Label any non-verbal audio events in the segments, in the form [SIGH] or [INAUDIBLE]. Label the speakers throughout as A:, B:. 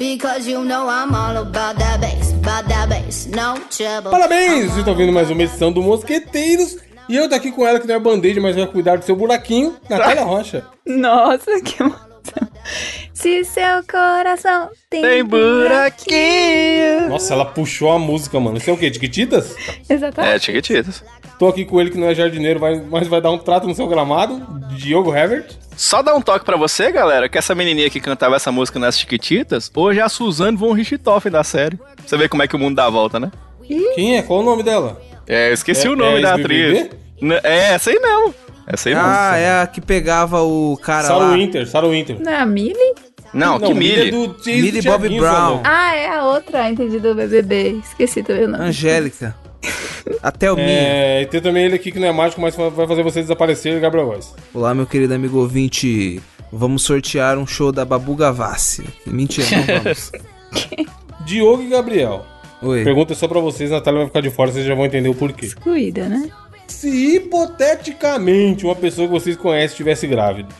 A: Because you know I'm all about that bass, about that bass, no trouble.
B: Parabéns! Vocês estão vendo mais uma edição do Mosqueteiros. E eu tô aqui com ela que não é band-aid, mas vai cuidar do seu buraquinho,
C: [LAUGHS]
B: Natália Rocha.
D: Nossa, que emoção. Se seu coração tem,
E: Tem buraquinho.
B: Nossa, ela puxou a música, mano. Isso é o quê? Tiquititas?
D: Exatamente.
E: É, Chiquititas.
B: Tô aqui com ele que não é jardineiro, vai- mas vai dar um trato no seu gramado, Diogo Herbert.
E: Só dar um toque pra você, galera, que essa menininha que cantava essa música nas Chiquititas, hoje é a Suzane von Richthofen da série. Você vê como é que o mundo dá a volta, né?
B: Quem é? Qual o nome dela?
E: É, eu esqueci
B: É-
E: o nome
B: é
E: da
B: ex-BBB?
E: atriz. N- É, essa aí mesmo. Essa aí mesmo.
C: Ah, é a que pegava o cara
B: Sarah
C: lá.
B: Winter, Sarah Winter.
D: Não é a Millie?
E: Não, que
B: Millie
E: milho.
B: é do Jason
C: Millie Bobby
B: Thiaguinho,
C: Brown.
B: falou.
D: Ah, é a outra, entendi, do BBB. Esqueci também o
B: [LAUGHS]
D: nome.
C: Angélica. Até o Minha.
B: É, e tem também ele aqui que não é mágico, mas vai fazer você desaparecer, Gabriel Voz.
C: Olá, meu querido amigo ouvinte. Vamos sortear um show da Babu Gavassi. Mentira,
B: [LAUGHS]
C: não vamos.
B: Diogo e Gabriel.
C: Oi.
B: Pergunta só pra vocês, Natália vai ficar de fora, vocês já vão entender o porquê.
D: Descuida, né?
B: Se hipoteticamente uma pessoa que vocês conhecem estivesse
C: [LAUGHS]
B: grávida.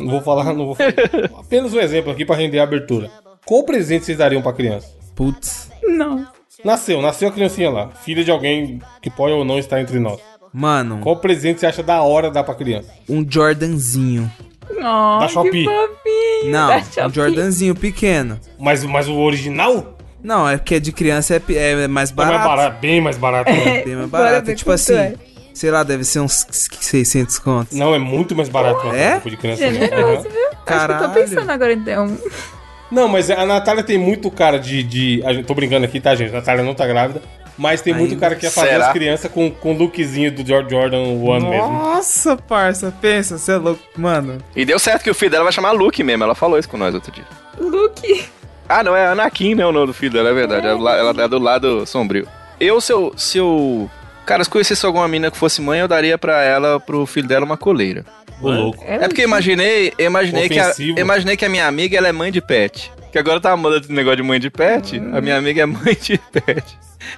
B: não vou falar, não vou falar. Apenas um exemplo aqui pra render a abertura. Qual presente vocês dariam pra criança?
C: Putz.
D: Não.
B: Nasceu, nasceu a criancinha lá, filha de alguém que pode ou não estar entre nós.
C: Mano,
B: Qual presente você acha da hora dar pra criança?
C: um Jordanzinho.
D: Oh,
B: Da
D: que
B: Shopee.
D: fofinho.
C: Não,
D: Da
C: um
D: Shopee.
C: Jordanzinho pequeno.
B: Mas, mas o original
C: Não, é porque de criança é, pe- é
B: é
C: mais
B: mais
C: barato.
B: barato, bem mais barato. né?
C: [LAUGHS] Bem mais
D: Bora
C: barato.
D: ver
C: Tipo
D: quanto
C: assim,
D: é.
C: sei lá, deve ser uns 600 contos.
B: Não, é muito mais barato né,
C: É?
B: tipo de criança.
C: [LAUGHS]
B: né?
D: Generoso,
B: Aham.
D: viu? Acho que eu
C: Caralho.
D: tô pensando agora então.
B: Não, mas a Natália tem muito cara de. de a gente- tô brincando aqui, tá, gente? A Natália não tá grávida. Mas tem muito
C: Ainda.
B: cara que ia fazer
E: Será?
B: as crianças com, com o lookzinho do George Jordan One é mesmo.
C: Nossa, parça, pensa, você é louco, mano.
E: E deu certo que o filho dela vai chamar Luke mesmo. Ela falou isso com nós outro dia.
D: Luke.
E: Ah, não, é Anakin, né? O nome do filho dela, é verdade. Ela, ela é do lado sombrio. Eu, se eu. Se eu... Cara, se conhecesse alguma mina que fosse mãe, eu daria pra ela, pro filho dela, uma coleira.
B: Ô, louco.
E: É porque eu imaginei, eu imaginei que a,
B: Ofensivo.
E: eu imaginei que a minha amiga ela é mãe de pet. Que agora tá moda esse negócio de mãe de pet. A minha amiga é mãe de pet. é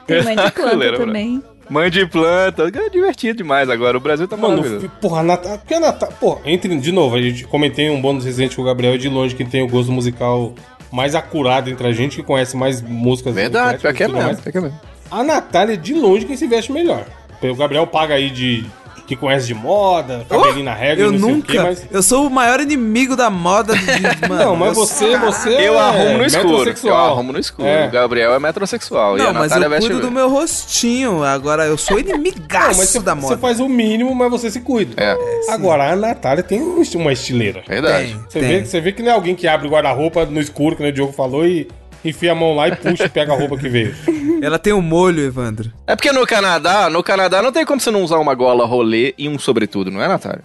D: Tem
E: [LAUGHS]
D: mãe de
E: Coleira,
D: planta também.
E: Mãe de planta. É divertido demais agora. O Brasil tá
B: Mano,
E: maravilhoso.
B: porra, a Natália. Porque a Natália. Porra, entre. De novo, a gente comentei um bônus recente com o Gabriel é de longe quem tem o gosto musical mais acurado entre a gente, que conhece mais músicas.
E: Verdade, pior
B: ecléticas e
E: que é
B: tudo mais.
E: mesmo. pior que é mesmo.
B: A Natália é de longe quem se veste melhor. O Gabriel paga aí de. que conhece de moda, cabelinho na regra,
C: Eu
B: não
C: nunca.
B: sei o quê, mas.
C: Eu sou o maior inimigo da moda de, [LAUGHS] mano.
B: Não, mas
C: eu-
B: você, você.
E: Eu
B: é
E: arrumo no escuro. Eu
B: metrosexual.
E: arrumo no escuro.
B: É.
E: O Gabriel é metrosexual. e a
C: Não, mas
E: Natália
C: eu
E: veste
C: cuido do
E: verde.
C: meu rostinho. Agora eu
B: [LAUGHS]
C: sou
B: Não,
C: inimigaço
B: mas você,
C: da
B: você
C: moda.
B: faz o mínimo, mas você se cuida.
E: É,
B: Agora, a Natália tem um esti- uma estileira.
E: verdade.
C: Tem,
B: Você
C: tem.
B: vê, você vê que não é alguém que abre o guarda-roupa no escuro, que nem o Diogo falou, e enfia a mão lá e puxa e pega a roupa que
E: [LAUGHS]
B: veio.
C: Ela tem um molho, Evandro.
E: É porque no Canadá, no Canadá não tem como você não usar uma gola rolê e um sobretudo, não é, Natália?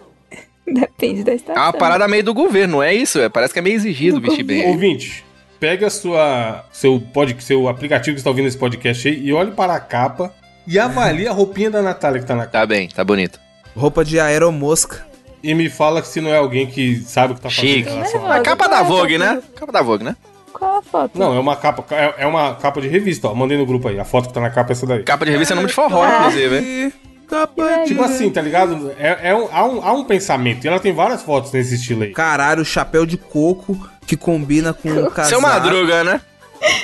D: Depende da
E: É
D: estação.
E: uma parada meio do governo, não é isso? É, parece que é meio exigido vestir bem.
B: Ouvinte, pega a sua, seu, pod, seu aplicativo que está ouvindo esse podcast aí e olhe para a capa e avalie a roupinha da Natália que tá na capa.
E: Tá bem, tá bonito.
C: Roupa de aeromosca.
B: E me fala que se não é alguém que sabe o que tá fazendo.
E: Chique.
B: em relação a-
E: A capa da Vogue, né? Capa da Vogue, né?
D: Qual a foto?
B: Não, é uma capa, é, é uma capa de revista, ó. Mandei no grupo aí. A foto que tá na capa é essa daí.
E: Capa de revista é nome de forró, inclusive, hein?
C: E capa de-
B: Tipo assim, tá ligado? É, é um- há, um, há um pensamento. E ela tem várias fotos nesse estilo aí.
C: Caralho, chapéu de coco que combina com o casaco.
E: Seu Madruga, né?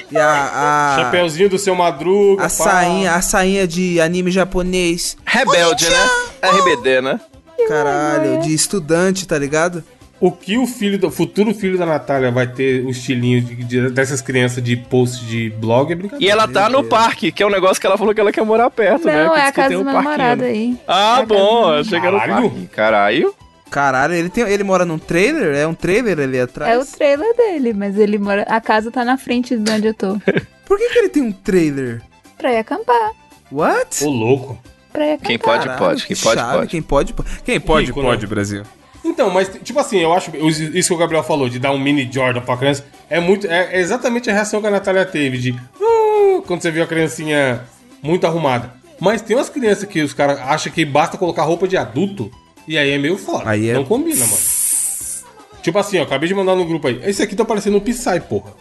C: E a. a...
B: Chapeuzinho do seu Madruga.
C: A
B: pá.
C: sainha, a sainha de anime japonês.
E: Rebelde, né? RBD, né?
C: Caralho, de estudante, tá ligado?
B: O que o filho do, futuro filho da Natália vai ter o estilinho de- de- dessas crianças de post de blog é
E: E
B: brincadeira.
E: ela tá no parque, que é um negócio que ela falou que ela quer morar perto, né?
D: Não,
E: Que
D: é
E: diz
D: a
E: que
D: casa
E: tem
D: do
E: um
D: meu
E: parquinho,
D: namorado
E: né?
D: aí. É
E: Ah, bom, achei que era no
B: Caralho.
E: parque. Caralho.
C: Caralho, ele, tem, ele mora num trailer? É um trailer ali atrás?
D: É o trailer dele, mas ele mora. A casa tá na frente de onde eu
C: [LAUGHS]
D: tô.
C: Por que, que ele tem um trailer?
D: pra ir acampar.
C: What?
B: Ô, louco.
D: Pra ir acampar.
E: Quem pode,
C: Caralho,
E: pode. Quem
C: que
E: pode,
C: chave,
E: pode.
C: Quem pode, pode. Quem pode,
B: Rico, né?
C: pode, Brasil.
B: Então, mas tipo assim, eu acho eu- isso que o Gabriel falou de dar um mini Jordan pra criança é muito é é exatamente a reação que a Natália teve de "Ah", quando você viu a criancinha muito arrumada. Mas tem umas crianças que os caras acham que basta colocar roupa de adulto e aí é meio foda.
C: Aí é-
B: Não combina, mano.
D: [LAUGHS]
B: Tipo assim, ó, acabei de mandar no grupo aí. Esse aqui tá parecendo um Psy, porra.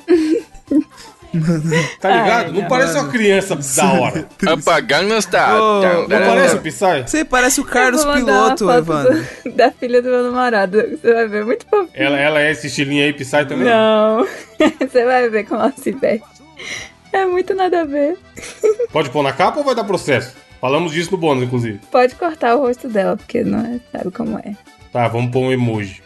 B: Tá ligado?
D: Ai,
B: não parece uma criança da
D: [LAUGHS]
B: hora.
E: Apagando está.
C: Oh,
E: Tchau,
C: não
B: Não
E: tchau.
B: parece o
D: É.
B: Psy?
C: Você parece o Carlos
D: Eu vou mandar uma
C: Piloto,
D: foto
C: Evandro.
D: do- da filha do meu namorado. Você vai ver, muito fofinho.
B: Ela, ela é esse estilinho aí, Psy também?
D: Não. [LAUGHS] Você vai ver como ela se veste. É muito nada a ver.
B: Pode pôr na capa ou vai dar processo? Falamos disso no bônus, inclusive.
D: Pode cortar o rosto dela, porque não é, sabe como é.
B: Tá, vamos pôr um emoji.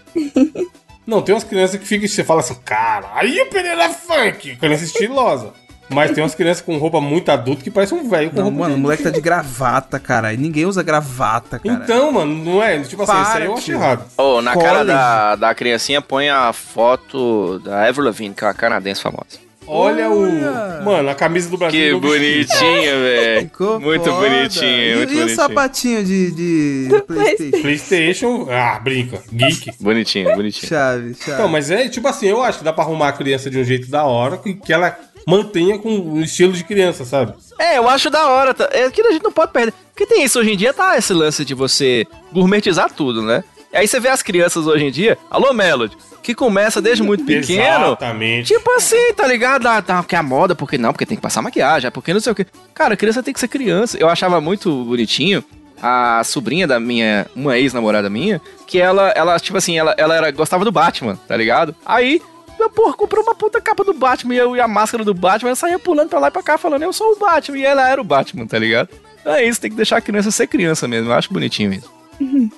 B: Não, tem umas crianças que ficam e você fala assim, cara, aí o Pereira é funk. Criança estilosa. Mas tem umas crianças com roupa muito adulta que parece um velho com
C: Não,
B: roupa.
C: mano, o moleque tá de gravata, cara. E ninguém usa gravata, cara.
B: Então, mano, não é? Tipo assim,
C: Para,
B: isso aí eu acho
C: tio.
B: errado.
E: Oh, na
C: College.
E: cara da, da criancinha põe a foto da Avril Lavigne, que é a canadense famosa.
B: Olha,
C: Olha.
B: o. Mano, a camisa do Brasil.
E: Que
B: do vestido.
E: bonitinha, velho.
C: Ficou
E: é Muito
C: foda.
E: bonitinha,
C: E,
E: muito
C: e o
E: bonitinha.
C: sapatinho de, [LAUGHS] de- de
E: [LAUGHS]
C: Playstation?
B: PlayStation. Ah, brinca. Geek.
E: Bonitinha, bonitinha.
C: Chave, chave.
B: Então, mas é tipo assim, eu acho que dá pra arrumar a criança de um jeito da hora que, que ela mantenha com um estilo de criança, sabe?
E: É, eu acho da hora. tá? É que a gente não pode perder. Porque tem isso, hoje em dia tá esse lance de você gourmetizar tudo, né? E aí você vê as crianças hoje em dia, alô Melody, que começa desde muito pequeno.
B: Exatamente.
E: Tipo assim, tá ligado? Ah, tá, porque a moda, porque não, porque tem que passar maquiagem, é porque não sei o quê. Cara, criança tem que ser criança. Eu achava muito bonitinho a sobrinha da minha, uma ex-namorada minha, que ela, ela tipo assim, ela, ela era, gostava do Batman, tá ligado? Aí, eu, porra, comprou uma puta capa do Batman e, eu, e a máscara do Batman, ela saía pulando pra lá e pra cá falando, eu sou o Batman, e ela era o Batman, tá ligado? Então é isso, tem que deixar a criança ser criança mesmo, eu acho bonitinho isso.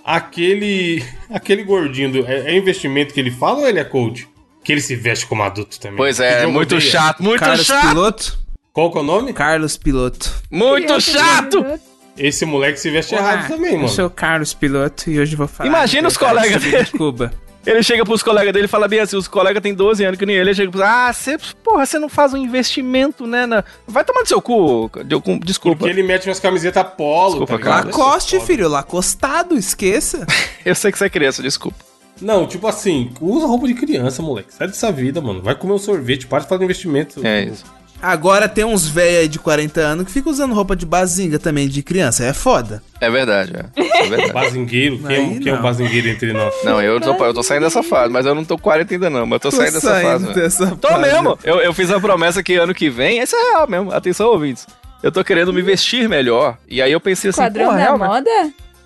B: Aquele, aquele gordinho, do- é, é investimento que ele fala ou ele é coach? Que ele se veste como adulto também.
E: Pois
B: Que
E: é,
B: jogo
E: muito
B: odeia.
E: chato, muito
C: Carlos
E: chato,
C: Piloto?
B: Qual que é o nome?
C: Carlos Piloto.
E: muito chato!
B: Esse moleque se veste errado também, mano.
C: Eu sou o Carlos Piloto e hoje vou falar.
E: Imagina os colegas
C: dele. De Cuba.
E: Ele chega pros colegas dele e fala bem assim: os colegas têm 12 anos que nem ele. Ele chega pros. Ah, você, porra, você não faz um investimento, né? na- Vai tomar no seu cu. deu cu- Desculpa.
B: Porque ele mete umas camisetas polo, tá
E: Desculpa,
B: ligado? é
E: cara.
C: Lacoste,
B: Foda.
C: filho. Lacostado, esqueça.
E: Eu sei que você é criança, desculpa.
B: Não, tipo assim, usa roupa de criança, moleque. Sai dessa vida, mano. Vai comer um sorvete, para de fazer investimento.
E: É isso.
C: Agora tem uns velhos aí de 40 anos que ficam usando roupa de bazinga também de criança. É foda.
E: É verdade, é. É verdade.
B: Bazingueiro? Quem, é um-
C: Aí
B: quem é um
C: não.
B: bazingueiro entre nós?
E: Não, eu tô, eu tô saindo dessa fase, mas eu não tô 40 ainda não, mas eu tô, saindo dessa fase. né? velho.
C: dessa
E: Tô
C: fase.
E: mesmo. Eu, eu fiz a promessa que ano que vem, essa é real mesmo. Atenção, ouvintes. Eu tô querendo me vestir melhor. E aí eu pensei assim,
D: Quadrão
E: porra,
D: da
E: real, né?
D: moda?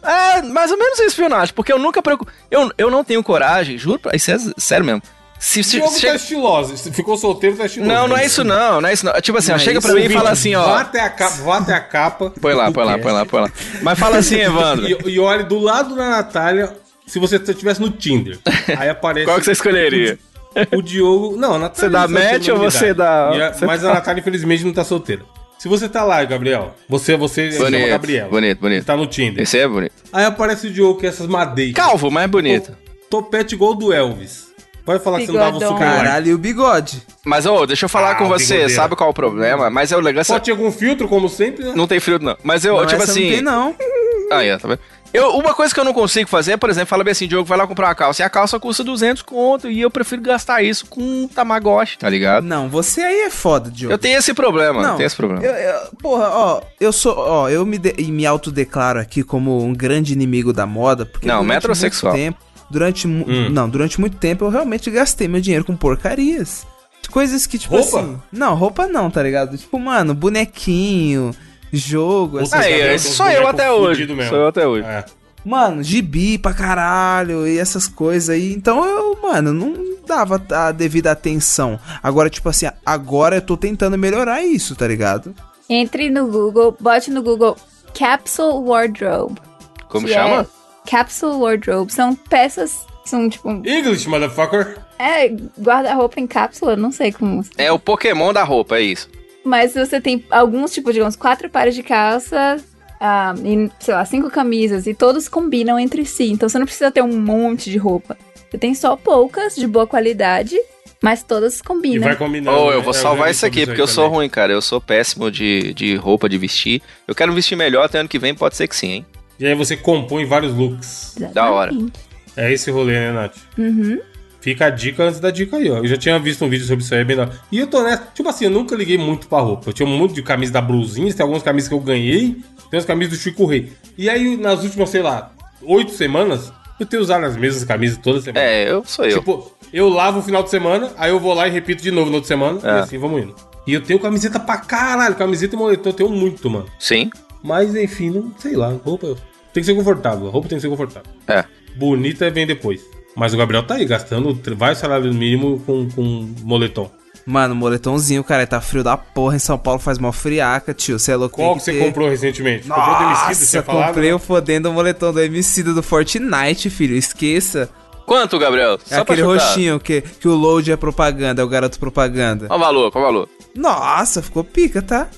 E: É, mais ou menos isso, Fionacho, porque eu nunca preocupo. Eu, eu não tenho coragem, juro pra. Isso é sério mesmo. Se,
B: O
E: se,
B: jogo
E: chega-
B: tá estiloso. Se Ficou solteiro, tá estiloso.
E: Não, não
C: né?
E: é isso não, não é isso não. Tipo assim, ó,
C: Não é
E: chega
C: isso,
E: pra mim e
B: Ouvinte,
E: fala assim,
B: Vá
E: ó.
B: até a capa. Vá até a capa
E: Põe lá,
B: do
E: põe lá,
B: cast.
E: põe lá, põe lá. Mas fala
C: [LAUGHS]
E: assim, Evandro.
B: E, e olha do lado da Natália, se você estivesse no
E: [LAUGHS]
B: Tinder. Aí aparece.
E: Qual que você escolheria?
B: O Diogo. Não, a Natália.
E: Você dá
B: não tem
E: match ou você dá-
B: celebridade. E a-
E: você
B: mas a Natália, infelizmente, não tá solteira. Se você tá lá, Gabriel, você, você se chama Gabriel.
E: bonito,
B: Você
E: bonito.
B: tá no Tinder.
E: Esse é bonito.
B: Aí aparece o Diogo que é essas madeiras.
E: Calvo, mas é bonito.
B: Topete igual o do Elvis. Vai falar que você não dava
D: Bigodão.
B: um super like.
C: Caralho, e o bigode?
E: Mas, ô, deixa eu falar
B: Ah,
E: com
B: o
E: você,
B: bigodeiro.
E: sabe qual é o problema? Mas é o negócio.
B: Só tinha algum filtro, como sempre, né?
E: Não tem frio, não. Mas eu,
C: tipo, Não,
E: tipo
C: essa
E: assim.
C: Não tem, não.
E: Ah, é, tá vendo? Eu, uma coisa que eu não consigo fazer é, por exemplo, falar bem assim, Diogo, vai lá comprar uma calça. E a calça custa 200 conto e eu prefiro gastar isso com um Tamagotchi, tá ligado?
C: Não, você aí é foda, Diogo.
E: Eu tenho esse problema,
C: Não,
E: tenho esse problema.
C: Eu, eu- porra, ó, eu sou, ó, eu me, de- e me autodeclaro aqui como um grande inimigo da moda, porque
E: Não,
C: durante muito
E: metrosexual.
C: tempo- durante mu-
E: Hum.
C: não, durante muito tempo eu realmente gastei meu dinheiro com porcarias. Coisas que tipo
B: Roupa?
C: assim, não, roupa não, tá ligado? Tipo, mano, bonequinho, jogo,
B: Puta
C: essas
E: Aí,
B: Gabriel,
E: é,
B: tem uns
E: só eu
B: bonecos
E: até
B: fudido
E: hoje.
B: mesmo.
E: Só eu até hoje.
B: É.
C: Mano, gibi pra caralho e essas coisas aí. Então eu, mano, não dava a devida atenção. Agora, tipo assim, agora eu tô tentando melhorar isso, tá ligado?
D: Entre no Google, bote no Google Capsule Wardrobe.
E: Como
D: que
E: chama?
D: é Capsule Wardrobe. São peças, são tipo,
B: English, motherfucker.
D: é guarda-roupa em cápsula, não sei como.
E: É o Pokémon da roupa, é isso.
D: Mas você tem alguns, tipo, digamos, quatro pares de calça ah, e, sei lá, cinco camisas, e todos combinam entre si. Então você não precisa ter um monte de roupa. Você tem só poucas de boa qualidade, mas todas
B: E
D: combinam.
B: vai combinando.
E: Ou eu
B: né?
E: vou
B: É,
E: salvar
B: já
E: isso aqui,
B: vi
E: porque eu
B: aí
E: sou
B: também.
E: ruim, cara. Eu sou péssimo de, de roupa, de vestir. Eu quero vestir melhor até ano que vem, pode ser que sim, hein?
B: E aí você compõe vários looks.
E: Da hora.
D: Exatamente.
B: É esse rolê, né, Nath?
D: Uhum.
B: Fica a dica antes da dica aí, ó. Eu já tinha visto um vídeo sobre isso aí, é bem da... E eu tô nessa... Tipo assim, eu nunca liguei muito pra roupa. Eu tinha muito de camisa da Blusinha, tem algumas camisas que eu ganhei, tem as camisas do Chico Rei. E aí, nas últimas, sei lá, oito semanas, eu tenho usado as mesmas camisas toda semana.
E: É, eu sou eu.
B: Tipo, eu lavo o final de semana, aí eu vou lá e repito de novo na outra semana,
E: É.
B: e assim, vamos indo. E eu tenho camiseta pra caralho. Camiseta e moletom eu tenho muito, mano.
E: Sim.
B: Mas enfim, não sei lá. Roupa tem que ser confortável. Roupa tem que ser confortável.
E: É.
B: Bonita vem depois. Mas o Gabriel tá aí gastando tr- vários salários mínimos com, com moletom.
C: Mano, moletomzinho, cara, tá frio da porra. Em São Paulo faz mó friaca, tio. Você é louco.
B: Qual
C: tem
B: que
C: que
B: você
C: ter-
B: comprou recentemente? comprou do Emicida, você
C: Nossa,
B: falava? né?
C: comprei um- o fodendo moletom do MC do Fortnite, filho. Esqueça.
E: Quanto, Gabriel?
C: É aquele
E: chutar.
C: roxinho que, que o load é propaganda, é o garoto propaganda.
E: Qual o valor? Qual o valor?
C: Nossa, ficou pica, tá?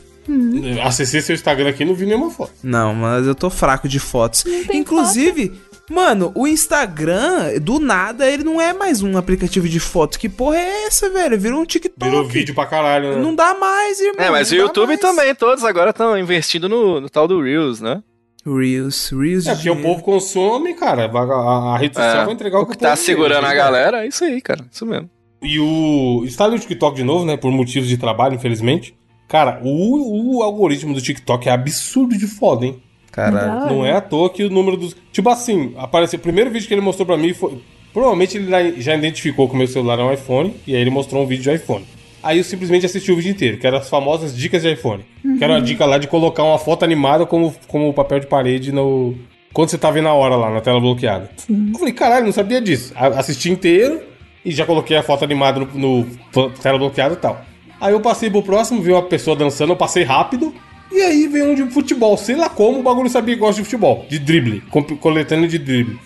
B: Acessei seu Instagram aqui e não vi nenhuma foto.
C: Não, mas eu tô fraco de fotos.
D: tem
C: Inclusive, mano, o Instagram, do nada, ele não é mais um aplicativo de foto. Que porra é essa, velho? Virou um TikTok.
B: Virou vídeo pra caralho, né?
C: Não dá mais, irmão.
E: É, mas o
C: não dá
E: YouTube
C: mais.
E: também, todos agora estão investindo no, no tal do Reels, né?
C: Reels, Reels.
B: É
C: de
B: porque o
C: dinheiro.
B: povo consome, cara. vai- A, a rede social
E: É,
B: vai entregar o,
E: que
B: o
E: tá
B: povo quer,
E: segurando
B: né?
E: a galera, é isso aí, cara. Isso mesmo.
B: E o. Está no TikTok de novo, né? Por motivos de trabalho, infelizmente. Cara, o, o algoritmo do TikTok é absurdo de foda, hein?
C: Caralho.
D: Ah,
B: Não é à toa que o número dos. Tipo assim, apareceu. O primeiro vídeo que ele mostrou pra mim foi. Provavelmente ele já- já identificou que o meu celular é um iPhone. E aí ele mostrou um vídeo de iPhone. Aí eu simplesmente assisti o vídeo inteiro, que era as famosas dicas de iPhone. Que era a dica lá de colocar uma foto animada como, como papel de parede no. Quando você tá vendo a hora lá na tela bloqueada. Eu falei, caralho, não sabia disso. A- Assisti inteiro e já coloquei a foto animada no, no fa- tela bloqueada e tal. Aí eu passei pro próximo, vi uma pessoa dançando, eu passei rápido. E aí veio um de futebol. Sei lá como o bagulho sabia que gosta de futebol. De drible. com- Coletânea de drible.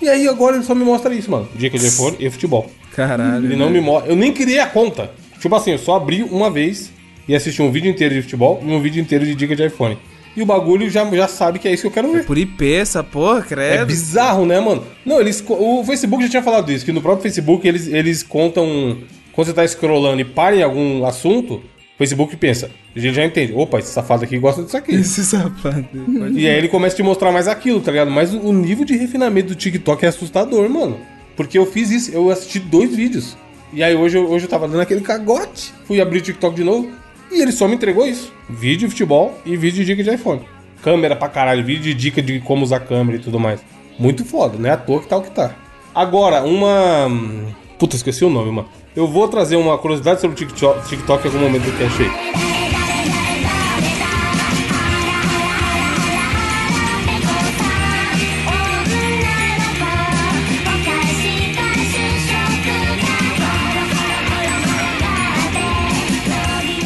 B: E aí agora ele só me mostra isso, mano. Dica de iPhone e futebol.
C: Caralho.
B: [LAUGHS] Ele não me mostra. Eu nem criei a conta. Tipo assim, eu só abri uma vez e assisti um vídeo inteiro de futebol e um vídeo inteiro de dica de iPhone. E o bagulho já, já sabe que é isso que eu quero ver.
C: Por IP, essa porra,
B: É
C: credo.
B: bizarro, né, mano? Não, eles. co- O Facebook já tinha falado isso, que no próprio Facebook eles, eles contam. Quando você tá scrollando e para em algum assunto, o Facebook pensa. A gente já entende. Opa, esse safado aqui gosta disso aqui.
C: Esse safado.
B: E aí ele começa a te mostrar mais aquilo, tá ligado? Mas o- o nível de refinamento do TikTok é assustador, mano. Porque eu fiz isso, eu assisti dois vídeos. E aí hoje, eu- hoje eu tava dando aquele cagote. Fui abrir o TikTok de novo e ele só me entregou isso. Vídeo de futebol e vídeo de dica de iPhone. Câmera pra caralho, vídeo de dica de como usar câmera e tudo mais. Muito foda, né? À toa que tá o que tá. Agora, uma... hum, Puta, esqueci o nome, mano. Eu vou trazer uma curiosidade sobre o TikTok, TikTok em algum momento do que achei.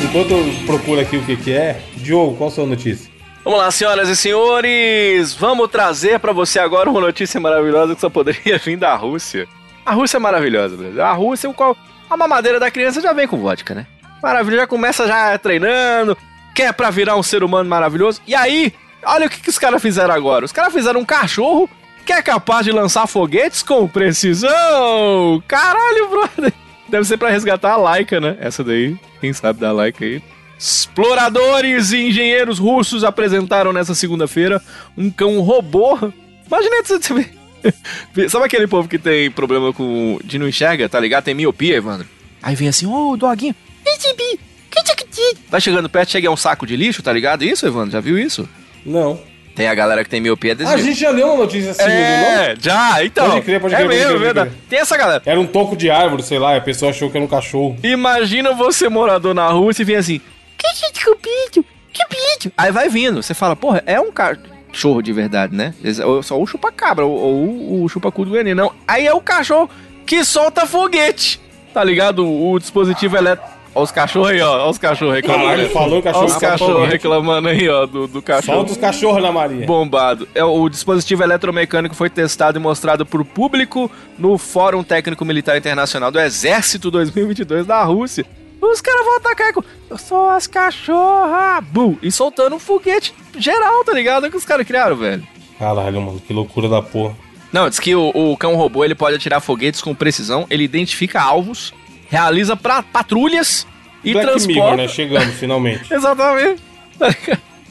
B: Enquanto eu procuro aqui o que que é, Diogo, qual a sua notícia?
E: Vamos lá, senhoras e senhores, vamos trazer pra você agora uma notícia maravilhosa que só poderia [LAUGHS] vir da Rússia. A Rússia é maravilhosa, Brasil. A Rússia, o qual a mamadeira da criança já vem com vodka, né? Maravilha, já começa já treinando, quer pra virar um ser humano maravilhoso. E aí, olha o que, que os caras fizeram agora. Os caras fizeram um cachorro que é capaz de lançar foguetes com precisão. Caralho, brother. Deve ser pra resgatar a Laika, né? Essa daí, quem sabe da Laika aí. Exploradores e engenheiros russos apresentaram nessa segunda-feira um cão robô. Imagina isso você vê. [LAUGHS] Sabe aquele povo que tem problema com de não enxerga, tá ligado? Tem miopia, Evandro. Aí vem assim, ô, doguinho. Pi-ti-pi, ki-ti-ki-ti. Vai chegando perto, chega um saco de lixo, tá ligado? Isso, Evandro, já viu isso?
B: Não.
E: Tem a galera que tem miopia desse
B: A
E: jeito.
B: gente já leu uma notícia assim, não viu, não?
E: É, já, então.
B: Pode crer, pode
E: é
B: crer, pode crer,
E: mesmo,
B: pode
E: verdade.
B: crer.
E: Tem essa galera.
B: Era um toco de árvore, sei lá, e a pessoa achou que era um cachorro.
E: Imagina você morador na rua e vem assim, que gente que vídeo, que vídeo. Aí vai vindo, você fala, porra, é um cachorro de verdade, né? Esse- ou Só o chupa-cabra, ou, ou o chupa-cu do veneno, não. Aí é o cachorro que solta foguete, tá ligado? O, o dispositivo elétrico. Ó os cachorros aí, ó, ó os cachorros reclamando.
B: Caralho, falou
E: Ó
B: um cachorro.
E: os
B: solta
E: cachorros
B: foguete.
E: reclamando aí, ó, do, do cachorro.
B: Solta os cachorros, Ana Maria.
E: Bombado. É, o dispositivo eletromecânico foi testado e mostrado para o público no Fórum Técnico Militar Internacional do Exército 2022 da Rússia. Os caras vão atacar com. Eu sou as cachorras! Bum! E soltando um foguete geral, tá ligado? É o que os caras criaram, velho.
B: Caralho, mano, que loucura da porra.
E: Não, diz que o, o cão robô ele pode atirar foguetes com precisão, ele identifica alvos, realiza pra, patrulhas e
B: Black
E: transporta.
B: Mirror, né? Chegamos, finalmente.
E: Exatamente.
C: [LAUGHS]
E: [LAUGHS]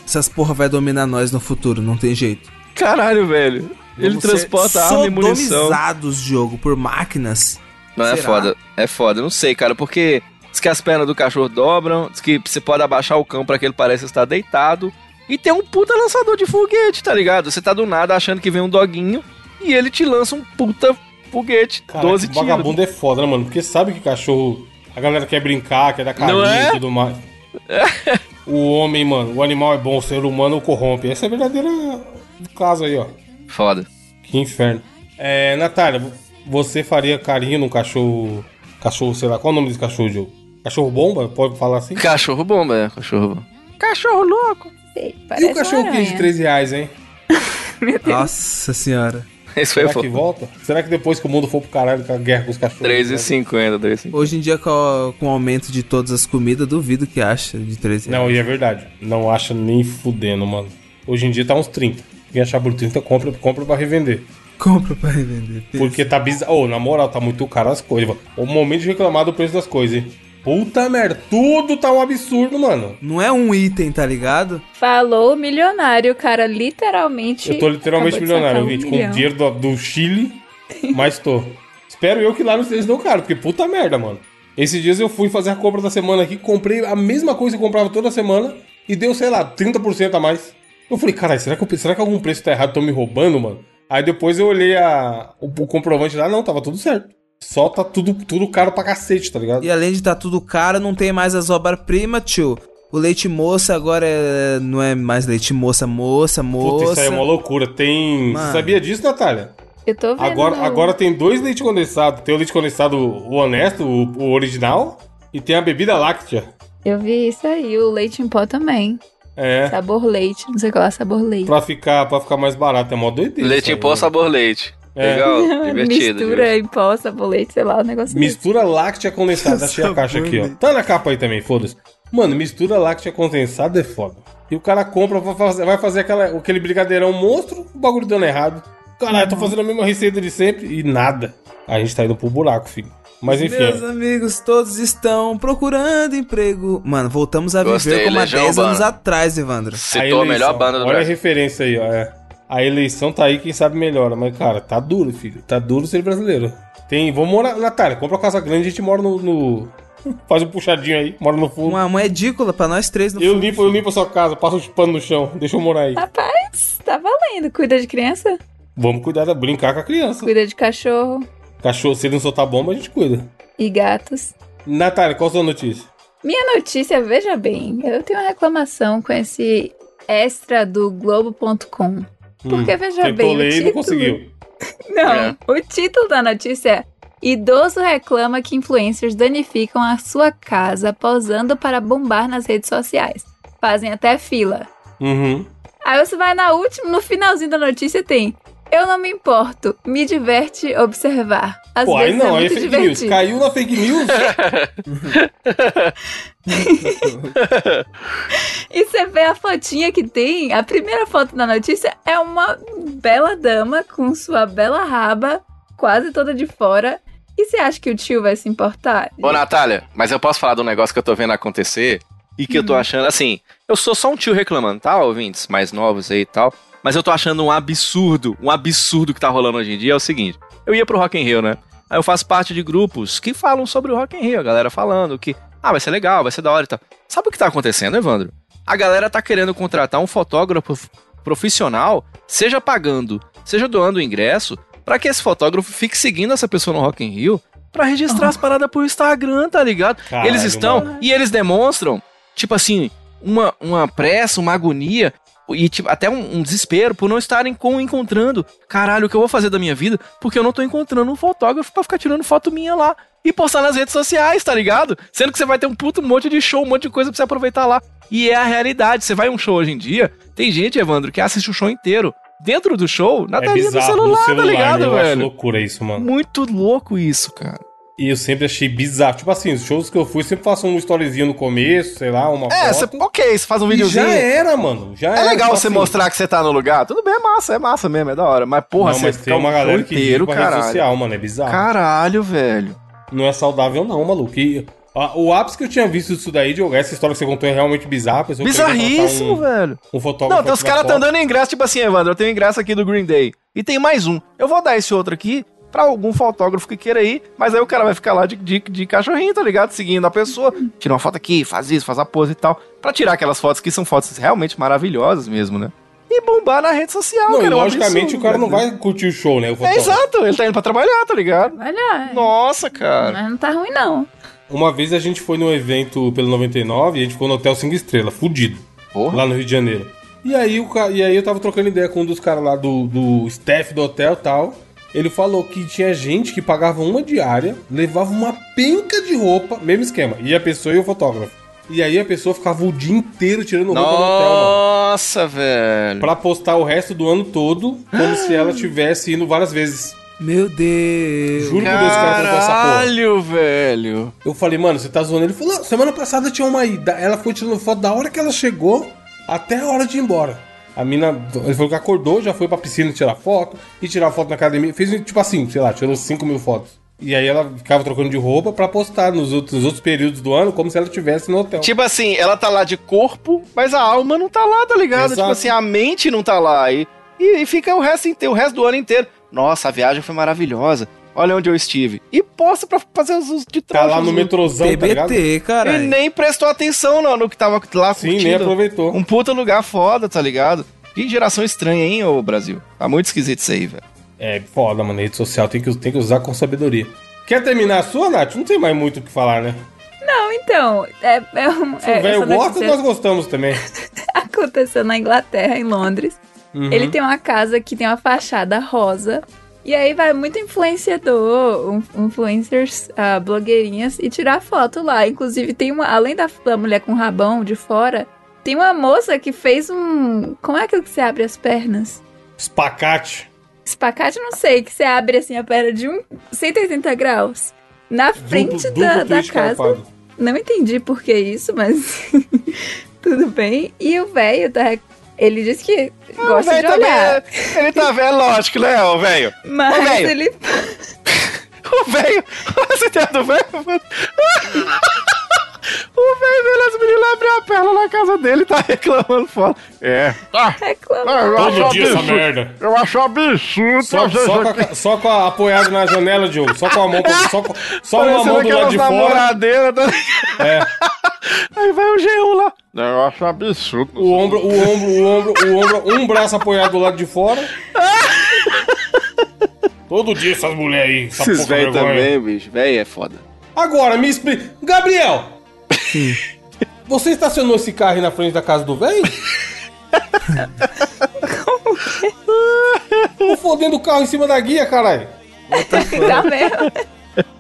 C: Essas porra vai dominar nós no futuro, não tem jeito.
E: Caralho, velho. Ele
C: Vamos ser
E: transporta arma e munição.
C: sodomizados, Diogo, por máquinas.
E: Não, é
C: Será?
E: foda. É foda. Não sei, cara, porque diz que as pernas do cachorro dobram, diz que você pode abaixar o cão pra que ele pareça estar deitado. E tem um puta lançador de foguete, tá ligado? Você tá do nada achando que vem um doguinho e ele te lança um puta foguete.
B: Caraca,
E: 12
B: esse
E: tiros.
B: vagabundo é foda, né, mano? Porque sabe que cachorro A galera quer brincar, quer dar carinho
E: Não é?
B: e tudo
E: [LAUGHS]
B: mais. o homem, mano, o animal é bom, o ser humano o corrompe. Essa é a verdadeira caso aí, ó.
E: Foda.
B: Que inferno. É, Natália, você faria carinho num cachorro. Cachorro, sei lá, qual é o nome desse cachorro, Diogo? Cachorro bomba? Pode falar assim?
E: Cachorro bomba, é. Cachorro bomba. Cachorro louco.
D: Sei,
B: E
D: parece
B: o cachorro
D: uma
B: quente de
D: aranha.
B: 3 reais, hein?
C: Nossa senhora.
E: Esse foi
B: Será
E: o
B: que volta? Será que depois que o mundo for pro caralho com a guerra com os cachorros?
E: 3,50, 3,50.
C: Hoje em dia, com, a- com o aumento de todas as comidas, duvido que acha de 13
B: Não, e é verdade. Não acha nem fudendo, mano. Hoje em dia tá uns 30. Quem achar por 30, compra, compra pra revender.
C: Compra pra revender.
B: Porque tá bizarro. Ô, na moral, tá muito caro as coisas. O momento de reclamar do preço das coisas, hein? Puta merda, tudo tá um absurdo, mano.
C: Não é um item, tá ligado?
D: Falou milionário, cara, literalmente.
B: Eu tô literalmente
D: acabou de sacar
B: milionário,
D: um
B: ouvinte, com
D: milhão.
B: o dinheiro do, do Chile, mas tô. Espero eu que lá não esteja não caro, porque puta merda, mano. Esses dias eu fui fazer a compra da semana aqui, comprei a mesma coisa que eu comprava toda semana e deu, sei lá, 30% a mais. Eu falei, caralho, será que, eu- será que algum preço tá errado, tão me roubando, mano? Aí depois eu olhei a, o, o comprovante lá, não, tava tudo certo. Só tá tudo, tudo caro pra cacete, tá ligado?
C: E além de tá tudo caro, não tem mais as obras-primas, tio. O leite moça agora é... não é mais leite moça, moça, moça.
B: Puta, isso aí é uma loucura. Tem.
C: Mano.
B: Você sabia disso, Natália?
D: Eu tô vendo.
B: Agora, agora tem dois leite condensado. Tem o leite condensado o honesto, o, o original, e tem a bebida láctea.
D: Eu vi isso aí, o leite em pó também.
B: É,
D: Sabor leite, não sei o que lá, sabor leite.
B: pra ficar, pra ficar mais barato. É mó doideira.
E: Leite em
B: sabe?
E: pó, sabor leite.
B: É.
E: [LAUGHS]
D: [LAUGHS]
E: Legal, divertido.
D: Mistura em pó, sabor leite, sei lá, o negócio. desse.
B: Mistura láctea condensada. Achei a
C: Sabor
B: caixa aqui, ó.
C: leite.
B: Tá na capa aí também, foda-se. Mano, mistura láctea condensada é foda. E o cara compra, pra fazer- vai fazer aquela, aquele brigadeirão monstro, o bagulho dando errado. Caralho, tô fazendo a mesma receita de sempre e nada. A gente tá indo pro buraco, filho. Mas enfim.
C: Meus
B: é.
C: amigos todos estão procurando emprego. Mano, voltamos a viver
E: Gostei,
C: como há
E: Legião
C: 10 anos
E: Urbana.
C: atrás, Evandro.
E: Citou a melhor banda do
B: Olha a
E: Brasil.
B: referência aí, ó. é. A eleição tá aí, quem sabe melhora. Mas, cara, tá duro, filho. Tá duro ser brasileiro. Tem. Vamos morar. Natália, compra uma casa grande, a gente mora no. no- [LAUGHS] Faz um puxadinho aí, mora no fundo.
C: Uma, uma edícula pra nós três no
B: Eu limpo, eu limpo a sua casa, passo os panos no chão, deixa eu morar aí.
D: Rapaz, tá valendo. Cuida de criança,
B: Vamos cuidar, da- brincar com a criança.
D: cuida de cachorro
B: Cachorro, se ele não soltar bomba, a gente cuida.
D: e gatos.
B: Natália, qual a sua notícia?
D: Minha notícia, veja bem, eu tenho uma reclamação com esse extra do Globo.com. Porque veja
B: Hum. tentou
D: bem, o
B: ler e não
D: título-
B: conseguiu.
D: Não,
E: É.
D: o título da notícia é Idoso reclama que influencers danificam a sua casa posando para bombar nas redes sociais. Fazem até fila.
B: Uhum.
D: Aí você vai na última, no finalzinho da notícia tem Eu não me importo, me diverte observar. Às
B: Pô, aí
D: vezes
B: não, aí
D: é
B: é
D: muito
B: fake news.
D: divertido.
B: Caiu na fake news?
E: [LAUGHS]
D: E você vê a fotinha que tem, a primeira foto da notícia é uma bela dama com sua bela raba quase toda de fora. E você acha que o tio vai se importar?
E: Ô, Natália, mas eu posso falar de um negócio que eu tô vendo acontecer e que eu tô achando, assim, eu sou só um tio reclamando, tá, ouvintes mais novos aí e tal, mas eu tô achando um absurdo, um absurdo que tá rolando hoje em dia é o seguinte, eu ia pro Rock in Rio, né, aí eu faço parte de grupos que falam sobre o Rock in Rio, a galera falando que, ah, vai ser legal, vai ser da hora e tal. Sabe o que tá acontecendo, Evandro? A galera tá querendo contratar um fotógrafo profissional, seja pagando, seja doando o ingresso, pra que esse fotógrafo fique seguindo essa pessoa no Rock in Rio pra registrar as paradas pro Instagram, tá ligado?
B: Caralho,
E: eles estão
B: mano.
E: e eles demonstram, tipo assim, uma, uma pressa, uma agonia e tipo, até um, um desespero por não estarem com, encontrando, caralho, o que eu vou fazer da minha vida? Porque eu não tô encontrando um fotógrafo pra ficar tirando foto minha lá e postar nas redes sociais, tá ligado? Sendo que você vai ter um puto monte de show, um monte de coisa pra você aproveitar lá. E é a realidade. Você vai a um show hoje em dia, tem gente, Evandro, que assiste o show inteiro. Dentro do show, na
B: é
E: telinha do
B: bizarro,
E: Tá celular,
B: no
E: tá
B: celular, né?
E: ligado,
B: eu acho
E: velho?
B: loucura isso, mano.
E: Muito louco isso, cara.
B: E eu sempre achei bizarro. Tipo assim, os shows que eu fui, eu sempre faço um storyzinho no começo, sei lá, uma
E: É, você,
B: foto.
E: ok, você faz um
B: e
E: videozinho.
B: já era, mano. Já
E: É
B: era,
E: legal
B: tipo
E: você
B: assim.
E: mostrar que você tá no lugar. Tudo bem, é massa, é massa mesmo, é da hora. Mas, porra,
B: não,
E: você
B: mas tem
E: fica
B: uma
E: o
B: galera
E: show
B: que
E: inteiro,
B: vive pra rede
E: caralho.
B: social, mano. É bizarro.
E: Caralho, velho.
B: Não é saudável, não, maluco. E, a- o ápice que eu tinha visto disso daí, Diogo, essa história que você contou é realmente bizarra. a pessoa queria
E: Bizarríssimo,
B: contratar
E: velho.
B: Um, um fotógrafo.
E: Não, tem os
B: pra tirar
E: caras
B: foto.
E: estão dando ingresso, tipo assim, Evandro, eu tenho ingresso aqui do Green Day. E tem mais um. Eu vou dar esse outro aqui pra algum fotógrafo que queira ir, mas aí o cara vai ficar lá de, de, de cachorrinho, tá ligado? Seguindo a pessoa, tira uma foto aqui, faz isso, faz a pose e tal. Pra tirar aquelas fotos que são fotos realmente maravilhosas mesmo, né? E bombar na rede social,
B: Não,
E: cara.
B: e
E: é um
B: logicamente
E: absurdo,
B: o cara não
E: velho.
B: vai curtir o show, né? O
E: É
B: fotógrafo.
E: exato, ele tá indo pra trabalhar, tá ligado?
D: Olha,
B: Né?
E: Nossa, cara.
D: mas não tá ruim não.
B: Uma vez a gente foi num evento pelo 99 e a gente ficou no Hotel 5 Estrela, fudido.
E: Porra.
B: Lá no Rio de Janeiro. E aí, o ca- e aí eu tava trocando ideia com um dos caras lá do, do staff do hotel e tal. Ele falou que tinha gente que pagava uma diária, levava uma penca de roupa, mesmo esquema, e a pessoa e o fotógrafo. E aí a pessoa ficava o dia inteiro tirando roupa no um hotel, mano.
E: Nossa, velho.
B: Pra postar o resto do ano todo, como se ela tivesse indo várias vezes.
C: Meu Deus.
B: Juro por Deus que ela contou essa porra.
E: Caralho, velho.
B: Eu falei, mano, você tá zoando. Ele falou, "Não, semana passada tinha uma ida. Ela ficou tirando foto da hora que ela chegou até a hora de ir embora. A mina, ele falou que acordou, já foi pra piscina tirar foto e tirar foto na academia. Fez tipo assim, sei lá, tirou 5 mil fotos. E aí ela ficava trocando de roupa pra postar nos outros, nos outros períodos do ano, como se ela estivesse no hotel.
E: Tipo assim, ela tá lá de corpo, mas a alma não tá lá, tá ligado?
B: Exato.
E: Tipo assim, a mente não tá lá. E, e, e fica o resto inteiro, o resto do ano inteiro. Nossa, a viagem foi maravilhosa. Olha onde eu estive. E posta pra fazer os usos de
B: tá lá
E: troços,
B: no
E: né?
B: metrozão, tá ligado?
C: PBT,
E: E
C: caralho.
E: nem prestou atenção no, no que tava lá
B: Sim, nem aproveitou.
E: Um puta lugar foda, tá ligado? Que geração estranha, hein, ô Brasil? Tá muito esquisito isso aí, velho.
B: É foda, mano. Rede social tem que, tem que usar com sabedoria. Quer terminar a sua, Nath? Não tem mais muito o que falar, né?
D: Não, então, é, é um.
B: Se o
D: é, essa
B: velho gosta,
D: notícia
B: nós gostamos também.
D: [LAUGHS] aconteceu na Inglaterra, em Londres.
B: Uhum.
D: Ele tem uma casa que tem uma fachada rosa. E aí vai muito influenciador, um- influencers, ah, blogueirinhas, e tirar foto lá. Inclusive, tem uma. Além da, da mulher com rabão de fora, tem uma moça que fez um. Como é aquilo que você abre as pernas?
B: Espacate.
D: Espacate, não sei, que você abre assim a perna de um 180 graus. Na frente
B: Duplo-
D: da,
B: duplo
D: da
B: twist
D: casa.
B: carpado.
D: Não entendi por que isso, mas [LAUGHS] tudo bem. E o velho tá. Ele disse que
E: Ah,
D: gosta
E: tá
D: de olhar.
E: ele tá velho, lógico, né, ô velho? Ô,
D: Mas
E: velho.
D: ele. tá
E: O velho. [LAUGHS] Você tem a do velho? mano? O velho velho, as meninas abrem a perna na casa dele e tá reclamando foda. É. Ah,
D: reclama.
E: eu
B: Todo
E: acho
B: dia essa
E: absurdo.
B: merda.
E: Eu acho absurdo.
B: Só,
E: trazer
B: só, com
E: gente-
B: a, só com a apoiado na janela, Diogo. Só com a mão. pra- Só, com- só uma
E: Parecendo
B: mão do lado
E: aquelas
B: de fora. [LAUGHS]
E: namoradeiras, tá ligado?
B: É,
E: Aí vai o G1 lá. Não, eu acho absurdo.
B: um o ombro, o ombro, o ombro, o ombro, um braço apoiado do lado de fora. Todo dia essas mulheres aí. Essa
E: Esses
B: pouca
E: velhos
B: vergonha.
E: também, bicho. Velho é foda.
B: Agora, me explica. Gabriel! Você estacionou esse carro aí na frente da casa do
D: [LAUGHS]
B: velho? Tô fodendo o carro em cima da guia, caralho.
E: Ah,
D: [LAUGHS]
E: [LAUGHS]
D: Dá mesmo.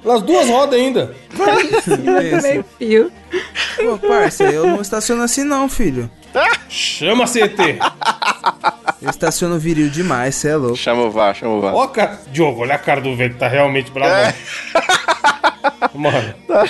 B: Nas duas rodas ainda.
D: Tá meio fio.
C: Pô, parça, eu não estaciono assim não, filho.
B: Chama CT.
C: Eu estaciono viril demais, cê é louco.
E: Chama o VAR, chama o
B: [LAUGHS]
E: VAR.
B: Ó, a cara. Diogo, olha a cara do velho, tá realmente bravo. [LAUGHS] Mano,
E: tá.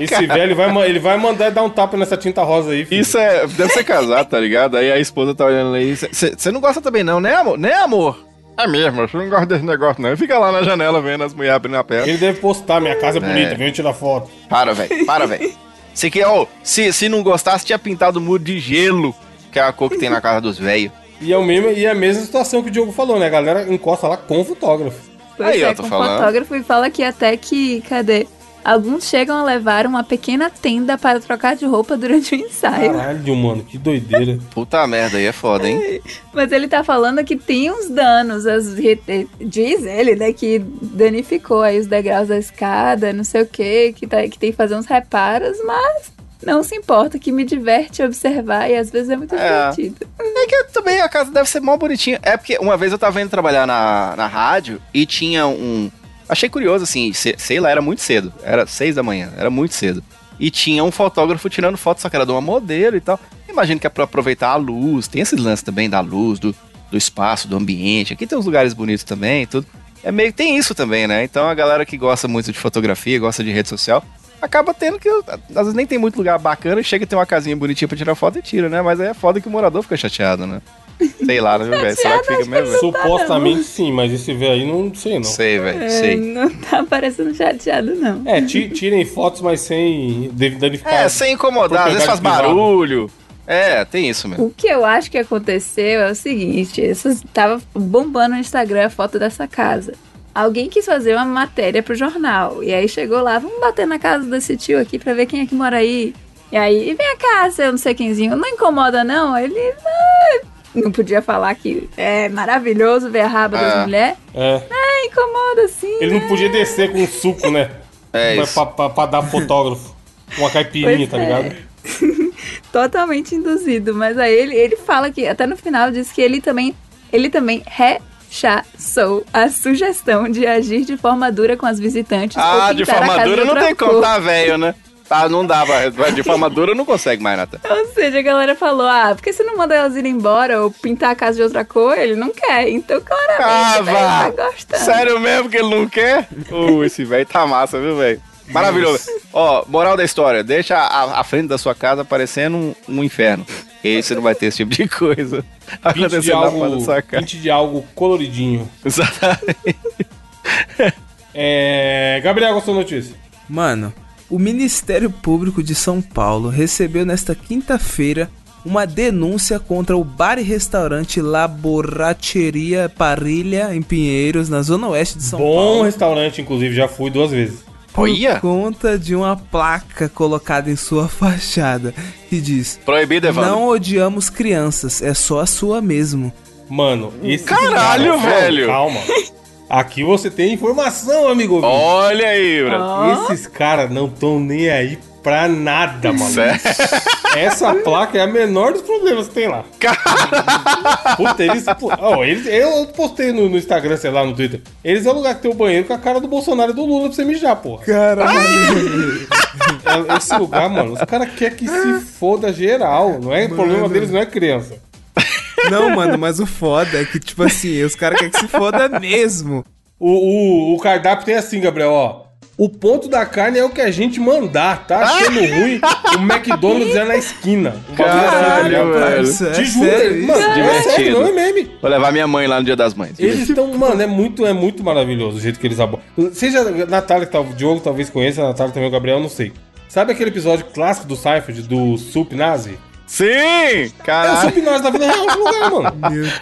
B: esse velho vai, ma- ele vai mandar dar um tapa nessa tinta rosa aí, filho.
E: [LAUGHS] Isso é. Deve ser casado, tá ligado? Aí a esposa tá olhando aí. Você não gosta também, não, né, amor? Né, amor? É mesmo, eu não gosto desse negócio, não. Fica lá na janela vendo as mulheres abrindo a perna.
B: Ele deve postar, minha casa é bonita, vem tirar foto.
E: Para, velho. Para, velho. Se, que, ó, se, se não gostasse, tinha pintado o muro de gelo, que é a cor que tem na casa dos velhos.
B: E é, o mesmo, e é a mesma situação que o Diogo falou, né? A galera encosta lá com o fotógrafo.
D: Pois
E: Aí,
D: é,
E: ó, tô
D: com
E: falando.
D: fotógrafo e fala que até que. Cadê? Alguns chegam a levar uma pequena tenda para trocar de roupa durante o ensaio.
B: Caralho, mano, que doideira.
E: Puta merda, aí é foda, hein?
D: Mas ele tá falando que tem uns danos. As, re- eh, diz ele, né? Que danificou aí os degraus da escada, não sei o quê, que, tá- que tem que fazer uns reparos, mas não se importa, que me diverte observar e às vezes é muito
E: É.
D: divertido.
E: É que também a casa deve ser mó bonitinha. É porque uma vez eu tava indo trabalhar na, na rádio e tinha um. Achei curioso, assim, se- sei lá, era muito cedo. Era seis da manhã, era muito cedo. E tinha um fotógrafo tirando foto, só que era de uma modelo e tal. Imagino que é pra aproveitar a luz. Tem esses lances também da luz, do, do espaço, do ambiente. Aqui tem uns lugares bonitos também e tudo. É meio que tem isso também, né? Então a galera que gosta muito de fotografia, gosta de rede social, acaba tendo que. Às vezes nem tem muito lugar bacana, chega e tem uma casinha bonitinha pra tirar foto e tira, né? Mas aí é foda que o morador fica chateado, né? Sei lá, né, meu velho? Será que fica mesmo? velho?
B: Supostamente sim, mas esse velho aí não sei não.
E: Sei, velho,
D: É,
E: sei.
D: Não tá parecendo chateado, não.
B: É, ti- tirem fotos, mas sem dev- danificar.
E: É, sem incomodar, às vezes faz
B: Propriedade privada.
E: barulho. É, tem isso mesmo.
D: O que eu acho que aconteceu é o seguinte: isso tava bombando no Instagram a foto dessa casa. Alguém quis fazer uma matéria pro jornal. E aí chegou lá, vamos bater na casa desse tio aqui pra ver quem é que mora aí. E aí, vem cá, seu não sei quemzinho, não incomoda não? Ele "Ah", não podia falar que é maravilhoso ver a raba das
E: Ah.
D: mulheres.
B: É.
D: É, incomoda sim.
B: Ele não podia descer com um suco, né?
E: É
B: pra,
E: isso.
B: pra- pra- pra dar fotógrafo. Uma caipirinha,
D: Pois
B: tá
D: é.
B: ligado?
D: Totalmente induzido. Mas aí ele, ele fala que, até no final, diz que ele também, ele também rechaçou a sugestão de agir de forma dura com as visitantes.
E: Ah,
D: ou
E: de
D: pintar a
E: forma
D: casa
E: dura
D: de
E: não
D: outra
E: tem como,
D: cor.
E: tá velho, né? Ah, não dá, vai- de forma dura não consegue mais, Nata.
D: [LAUGHS] Ou seja, a galera falou: ah, por que você não manda elas irem embora ou pintar a casa de outra cor? Ele não quer. Então, claramente,
E: Ah,
D: ele tá
E: vá.
D: gostando.
E: Sério mesmo que ele não quer? Uh, esse velho tá massa, viu, velho? Maravilhoso. Ó, moral da história, deixa a, a frente da sua casa parecendo um, um inferno. E aí você não vai ter esse tipo de coisa
B: Pinte de,
E: acontecendo na frente da
B: algo,
E: sua casa.
B: pinte de algo coloridinho.
E: Exatamente.
B: É, Gabriel, gostou da notícia?
C: Mano, o Ministério Público de São Paulo recebeu nesta quinta-feira uma denúncia contra o bar e restaurante La Borracheria Parilha, em Pinheiros, na zona oeste de São
D: Então
B: Bom
C: Paulo.
B: restaurante, inclusive, já fui duas vezes.
C: Por
E: Olha!
C: conta de uma placa colocada em sua [LAUGHS] fachada que diz:
E: Proibido, Evandro.
C: Não odiamos crianças, é só a sua mesmo.
B: Mano, esse.
E: Caralho,
B: Calma,
E: velho.
B: Calma. Aqui você tem informação, amigo. ouvinte.
E: Olha aí, bro.
D: Ah.
B: Esses caras não estão nem aí pra nada, maluco.
E: Sério?
B: Essa placa é a menor dos problemas que tem lá. Puta, eles, pu- ó, eles- Eu postei no, no Instagram, sei lá, no Twitter. Eles é o lugar que tem o banheiro com a cara do Bolsonaro e do Lula pra você mijar, porra.
C: Caralho!
B: É- Esse lugar, mano, os caras querem que se foda geral. Não é, o problema deles não é criança.
C: Não, mano, mas o foda é que, tipo assim, os caras querem que se foda mesmo.
B: O, o, o cardápio tem assim, Gabriel, ó. O ponto da carne é o que a gente mandar, tá? Achando ruim, o McDonald's é na esquina. O bagulho é assim, tá
E: Caralho,
B: ligado?
E: velho.
C: parça,
B: Te
C: é
B: juro,
C: sério
B: mano,
C: isso?
B: é sério,
E: Divertido.
B: não é meme.
E: Vou levar minha mãe lá no Dia das Mães.
B: Eles estão, mano, é muito, é muito maravilhoso o jeito que eles abordam. Seja a Natália, que tá- o Diogo talvez conheça, a Natália também, o Gabriel, não sei. Sabe aquele episódio clássico do Seinfeld, do Sup Nazi?
E: Sim!
B: É o
E: Caralho.
B: Sup Nazi da vida real no lugar, mano.
C: Meu Deus.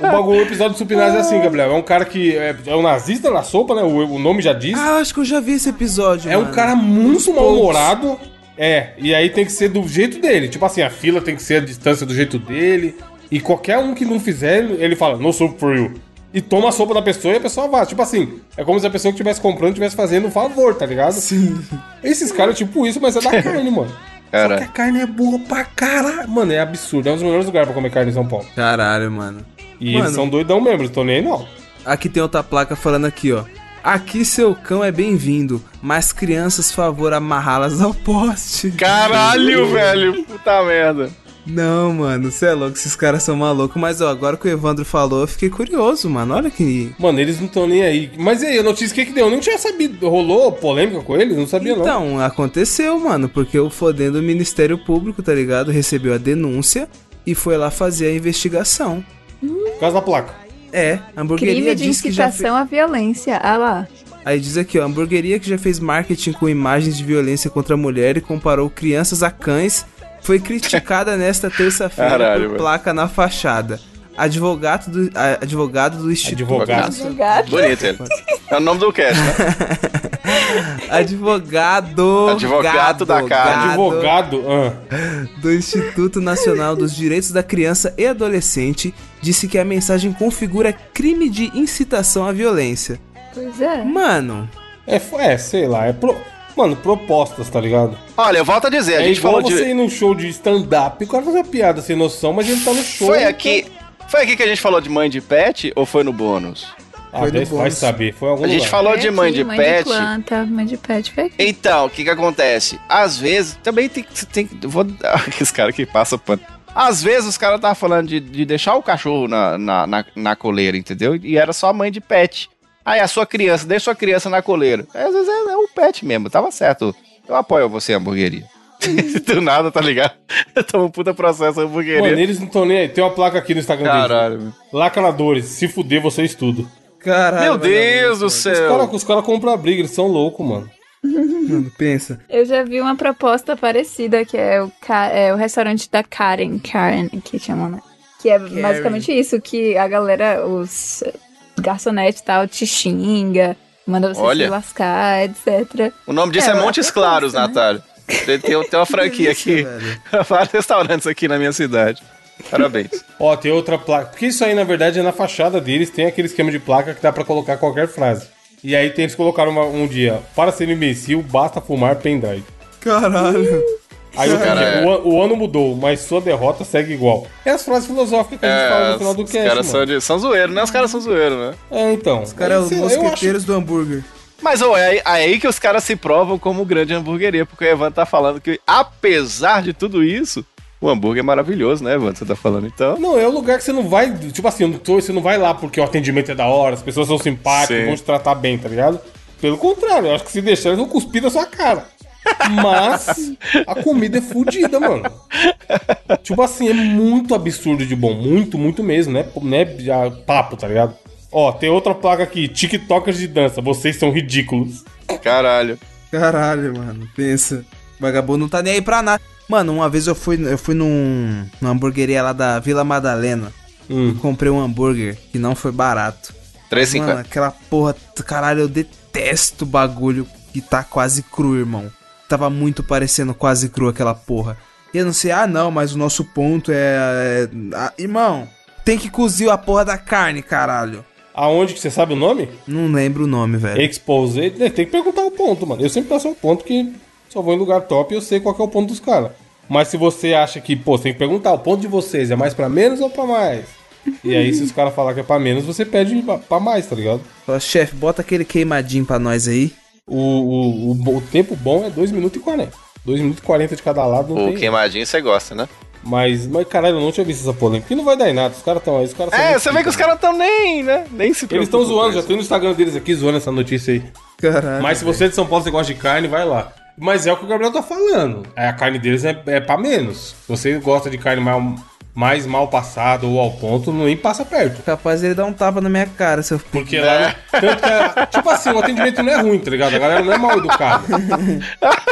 B: O, bagulho, o episódio do Sup Nazi é assim, Gabriel. É um cara que é, é um nazista na sopa, né? O, o nome já diz.
C: Ah, eu acho que eu já vi esse episódio.
B: É um
C: mano.
B: cara muito mal-humorado. É, e aí tem que ser do jeito dele. Tipo assim, a fila tem que ser a distância do jeito dele. E qualquer um que não fizer, ele- ele fala, no soup for you. E toma a sopa da pessoa e a pessoa vai. Tipo assim, é como se a pessoa que estivesse comprando estivesse fazendo um favor, tá ligado? Sim. Esses caras, tipo isso, mas é
C: [LAUGHS]
B: da carne, mano. Só que a
E: Cara,
B: carne é boa pra caralho. Mano, é absurdo. É um dos melhores lugares pra comer carne em São Paulo.
C: Caralho, mano.
B: E
C: Mano.
B: eles são doidão mesmo, eles tão nem aí, não.
C: Aqui tem outra placa falando aqui, ó. Aqui seu cão é bem-vindo, mas crianças, favor, amarrá-las ao poste.
E: caralho, velho. Puta merda.
C: Não, mano, você é louco, esses caras são malucos. Mas, ó, agora que o Evandro falou, eu fiquei curioso, mano. Olha que...
B: Mano, eles não estão nem aí. Mas e aí, a notícia, o que que deu? Eu não tinha sabido. Rolou polêmica com eles? Não sabia, não.
C: Então, aconteceu, mano, porque o fodendo Ministério Público, tá ligado? Recebeu a denúncia e foi lá fazer a investigação.
B: Por causa da placa.
C: É, a hamburgueria
D: Crime de
C: diz que já fe-
D: incitação à violência. Ah lá.
C: Aí diz aqui, ó, hamburgueria que já fez marketing com imagens de violência contra a mulher e comparou crianças a cães, foi
E: [LAUGHS]
C: criticada nesta terça-feira
E: Caralho,
C: por
E: velho.
C: placa na fachada. Advogado do, a- advogado do Instituto.
B: Advogado.
D: Advogado.
E: Bonito ele. É o nome do cast, né?
C: [LAUGHS] Advogado.
E: Advogado da carne.
B: Advogado. ah.
C: do Instituto Nacional dos Direitos da Criança e Adolescente disse que a mensagem configura crime de incitação à violência.
D: Pois é.
C: Mano,
B: É, fo- é, sei lá. É pro- Mano, propostas, tá ligado?
E: Olha, eu volto a dizer, a
B: É
E: gente
B: igual
E: falou
B: você
E: de.
B: ir num show de stand-up. O cara faz uma piada sem noção, mas ele tá no show.
E: Foi
B: então-
E: aqui. Foi aqui que a gente falou de mãe de pet ou foi no bônus?
B: Ah,
C: Foi no
B: Deus vai
C: bônus.
B: saber. Foi em algum
E: A gente
B: lugar.
E: falou
D: É
E: de mãe
D: aqui,
E: de pet.
D: De planta, mãe de pet. Foi aqui.
E: Então, o que que acontece? Às vezes, também tem que. Tem, que- eu vou dar [LAUGHS] esse cara que passa pano. Às vezes os caras estavam falando de, de deixar o cachorro na, na, na, na coleira, entendeu? E era só a mãe de pet. Aí a sua criança, deixa sua criança na coleira. Aí, Às vezes é, é o pet mesmo, tava certo. Eu apoio você, hamburgueria. [LAUGHS] Do nada, tá ligado? [LAUGHS] Toma um puta processo,
B: Mano,
E: hamburgueria.
B: eles não estão nem aí. Tem uma placa aqui no Instagram deles.
E: Caralho.
B: Lacradores, se fuder, vocês tudo.
C: caralho.
E: Meu
B: um
E: Deus do
B: Os
E: céu.
B: caras os cara compram a briga, eles são loucos, mano.
C: Mano, pensa.
D: Eu já vi uma proposta parecida, que é o, ca- é o restaurante da Karen, Karen, que chama, né? Que é basicamente isso, que a galera, os garçonetes e tal, te xinga, manda você
E: Olha.
D: se lascar, etc.
E: O nome disso
D: É,
E: é,
D: ela
E: Montes
D: tá
E: Claros,
D: fácil, né?
E: Natália. Tem, tem- tem uma franquia aqui. [LAUGHS] Vários restaurantes aqui na minha cidade. Parabéns.
B: Ó, tem outra placa. Porque isso aí, na verdade, é na fachada deles. Tem aquele esquema de placa que dá pra colocar qualquer frase. E aí tem, eles colocaram uma- um dia, para ser imbecil, basta fumar pendrive.
C: Caralho.
B: Aí outro
E: Cara,
B: dia,
E: é.
B: o, an- o ano mudou, mas sua derrota segue igual. É as frases filosóficas que [LAUGHS] a gente fala no final do
E: É, os
B: cast,
E: caras são,
B: mano.
E: de- são zoeiros, né? Os caras são zoeiros, né?
B: É, então. Os
C: Cara, os mosqueteiros do hambúrguer.
E: Mas ô, é aí- é aí que os caras se provam como grande hamburgueria, porque o Evan tá falando que, apesar de tudo isso, o hambúrguer é maravilhoso, né, Evan? Você tá falando então.
B: Não, é um lugar que você não vai. Tipo assim, eu não tô- você não vai lá porque o atendimento é da hora, as pessoas são simpáticas,
E: Sim.
B: vão te tratar bem, tá ligado? Pelo contrário, eu acho que se deixar, eles vão cuspir na sua cara. Mas a comida é fodida, mano. Tipo assim, é muito absurdo de bom. Muito, muito mesmo, né? Né? Já papo, tá ligado? Ó, tem outra placa aqui, TikTokers de dança, vocês são ridículos.
E: Caralho.
C: Caralho, mano. Pensa. Vagabundo não tá nem aí pra nada. Mano, uma vez eu fui, eu fui num, numa hamburgueria lá da Vila Madalena.
B: Hum.
C: Comprei um hambúrguer que não foi barato. Mano,
E: 3,50.
C: aquela porra, t- caralho, eu detesto o bagulho que tá quase cru, irmão. Tava muito parecendo quase cru aquela porra. E eu não sei, ah não, mas o nosso ponto é. é- ah, irmão, tem que cozir a porra da carne, caralho.
B: Aonde que você sabe o nome?
C: Não lembro o nome, velho.
B: Exposé, né, tem que perguntar o ponto, mano. Eu sempre passo um ponto que só vou em lugar top e eu sei qual que é o ponto dos caras. Mas se você acha que, pô, você tem que perguntar, o ponto de vocês é mais pra menos ou pra mais? E aí, se os caras falar que é pra menos, você pede pra- pra mais, tá ligado?
C: Fala, chefe, bota aquele queimadinho pra nós aí.
B: O, o, o, bo- o tempo bom é 2 minutos e 40. 2 minutos e 40 de cada lado não
E: O
B: tem.
E: queimadinho você gosta, né?
B: Mas, mas, caralho, eu não tinha visto essa polêmica. E não vai dar em nada, os caras estão aí, os caras são
E: É,
B: muito
E: você vê que os
B: pica, né?
E: caras estão nem, né? Nem se
B: Eles estão zoando, já tem no Instagram deles aqui zoando essa notícia aí.
C: Caralho.
B: Mas se você é de São Paulo e gosta de carne, vai lá. Mas é o que o Gabriel tá falando. É, A carne deles é, é pra menos. Se você gosta de carne mal- mais mal passada ou ao ponto, nem passa perto.
C: Capaz ele dá um tapa na minha cara, seu p.
B: Porque lá. Tanto que é- tipo assim, o atendimento não é ruim, tá ligado? A galera não é mal educada.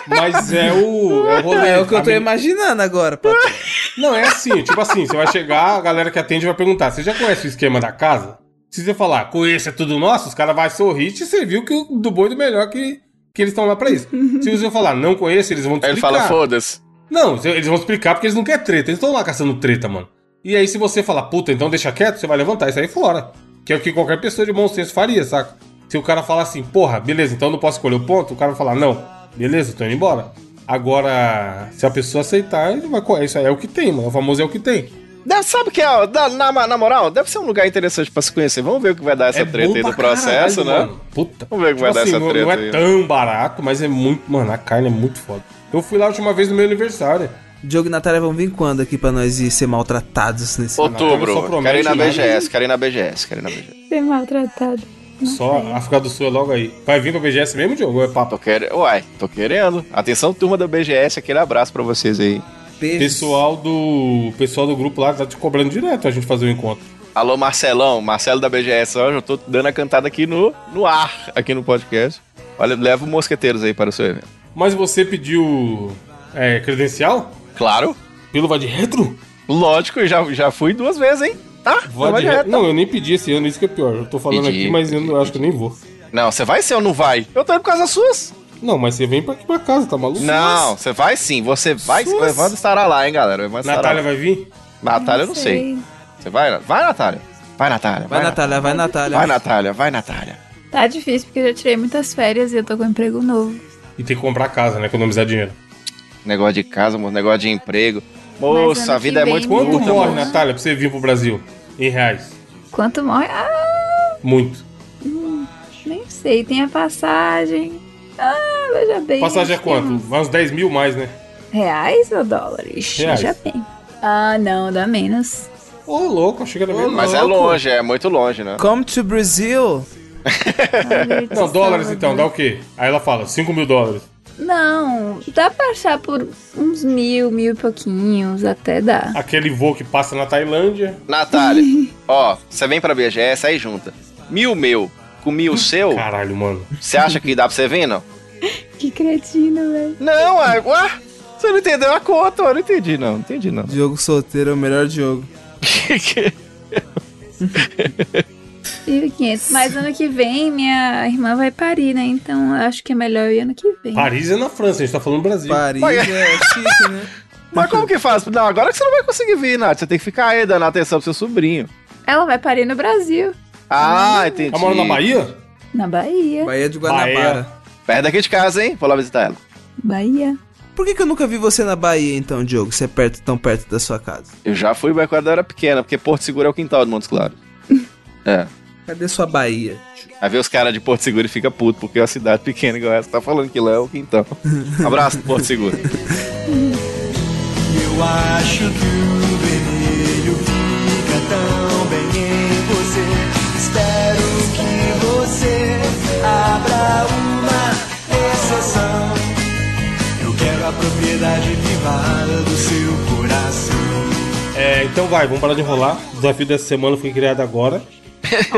B: Mas é o. É o rolê.
C: É o que eu tô
B: A men-
C: imaginando agora, patrão.
B: Não, é assim, tipo assim, você vai chegar, a galera que atende vai perguntar: você já conhece o esquema da casa? Se você falar, conheço, é tudo nosso, os caras vão sorrir e você viu que o do boi do melhor que, que eles estão lá pra isso. Se você falar, não conheço, eles vão te
E: Aí ele
B: explicar.
E: fala, foda-se.
B: Não, se- eles vão explicar porque eles não querem treta. Eles estão lá caçando treta, mano. E aí, se você falar, puta, então deixa quieto, você vai levantar e sair fora. Que é o que qualquer pessoa de bom senso faria, saca? Se o cara falar assim, porra, beleza, então eu não posso escolher o ponto, o cara vai falar, não, beleza, tô indo embora. Agora, se a pessoa aceitar, ele vai correr. Isso aí é o que tem, mano. O famoso é o que tem.
E: Deve, sabe o que é? Na, na, na moral, deve ser um lugar interessante pra se conhecer. Vamos ver o que vai dar essa
B: é
E: treta
B: bom
E: aí
B: pra
E: do processo,
B: caralho,
E: né?
B: mano. Puta.
E: Vamos ver o que vai dar essa
B: não,
E: treta
B: Não
E: aí.
B: é tão barato, mas é muito. Mano, a carne é muito foda. Eu fui lá a última vez no meu aniversário.
C: Diogo e Natália vão vir quando aqui pra nós ir ser maltratados nesse.
B: Natália só né?
E: Outubro.
B: promete
E: Quero ir na
B: nada.
E: BGS, quero ir na BGS, quero ir na BGS.
D: Ser maltratado.
B: Só África do Sul é logo aí. Vai vir pra BGS mesmo, Diogo? Ou é papo?
E: Tô querendo. Uai, tô querendo. Atenção, turma da BGS, aquele abraço pra vocês aí.
C: Beijos.
B: Pessoal do pessoal do grupo lá tá te cobrando direto a gente fazer o encontro.
E: Alô, Marcelão, Marcelo da BGS. Hoje eu tô dando a cantada aqui no, no ar, aqui no podcast. Olha, leva os mosqueteiros aí para o seu evento.
B: Mas você pediu é, credencial?
E: Claro,
B: Pelo Vai de Retro?
E: lógico, eu já, já fui duas vezes, hein? Tá?
B: Vai
E: Vai
B: de
E: direto.
B: Retro. Não, eu nem pedi esse ano, isso que é pior. Eu tô falando
E: Pedi,
B: aqui, mas eu
E: pedi,
B: não- acho que eu nem vou.
E: Não, você vai sim ou não vai? Eu tô indo por causa das suas.
B: Não, mas você vem pra aqui pra casa, tá maluco?
E: Não, você vai sim. Você vai sim. O
B: Suas.
E: Evandro estará lá, hein, galera. O Evandro
B: Natália
E: estará
B: vai vir?
E: lá. Natália, eu não sei. Você vai, Na- vai, Natália. Vai, Natália.
C: Vai, Natália, vai, Natália.
E: Vai, Natália. Vai, Natália.
D: Tá difícil porque eu já tirei muitas férias e eu tô com um emprego novo.
B: E tem que comprar casa, né? Economizar dinheiro.
E: Negócio de casa, moço, negócio de emprego.
D: Mas
E: Moça,
D: ano
E: a
D: que
E: vida é
D: vem-
E: muito
B: Quanto
E: curta,
B: morre,
E: moço.
B: Natália, pra você vir pro Brasil? Em reais.
D: Quanto morre? Ah,
B: Muito.
D: nem sei. Tem a passagem. Ah, veja bem.
B: Passagem é
D: acho que é
B: quanto?
D: uns
B: Vai uns 10 mil mais, né?
D: Reais ou dólares?
B: Reais.
D: Veja bem. Ah, não, dá menos.
B: Ô, louco, achei que era mesmo.
E: Mas é longe, é muito longe, né?
C: Come to Brazil.
B: Não, dólares
E: é
B: então, dá um- o quê? Aí ela fala, 5 mil dólares.
D: Não, dá pra achar por uns mil, mil e pouquinhos, até dá.
B: Aquele voo que passa na Tailândia.
D: [LAUGHS]
E: Natália, ó, você vem pra BGS, aí junta. Mil meu com mil seu,
B: Caralho, mano.
E: você acha que dá pra você vir, não?
D: Que cretino, velho.
E: Não, ué, ué, você não entendeu a conta, eu não entendi, não, não entendi, não.
C: Diogo solteiro é o melhor Diogo.
D: E 500. Mas ano que vem minha irmã vai parir, né? Então eu acho que é melhor ir ano que vem.
B: Paris é na França, a gente tá falando do Brasil.
C: Paris
E: Olha.
C: é chique, né? [LAUGHS]
E: Mas como que faz? Não, agora que você não vai conseguir vir, Nath, você tem que ficar aí dando atenção pro seu sobrinho.
D: Ela vai parir no Brasil.
E: Ah, entendi.
B: Ela mora Tá na Bahia?
D: Na Bahia.
C: Bahia de Guanabara.
E: Perto daqui de casa, hein? Vou lá visitar ela.
D: Bahia.
C: Por que, que eu nunca vi você na Bahia, então, Diogo? Você é perto, tão perto da sua casa.
E: Eu já fui mas quando eu era pequena, porque Porto Seguro é o quintal de Montes [LAUGHS] Claros. É.
C: Cadê sua Bahia?
E: Aí vê os caras de Porto Seguro e fica puto, porque é uma cidade pequena igual essa. Tá falando que lá é o [LAUGHS] quintal. Abraço, Porto Seguro.
F: Eu acho que o vermelho fica tão bem em você. Espero que você abra uma exceção. Eu quero a propriedade privada do seu coração.
B: É, então vai, vamos parar de enrolar. O desafio dessa semana foi criado agora.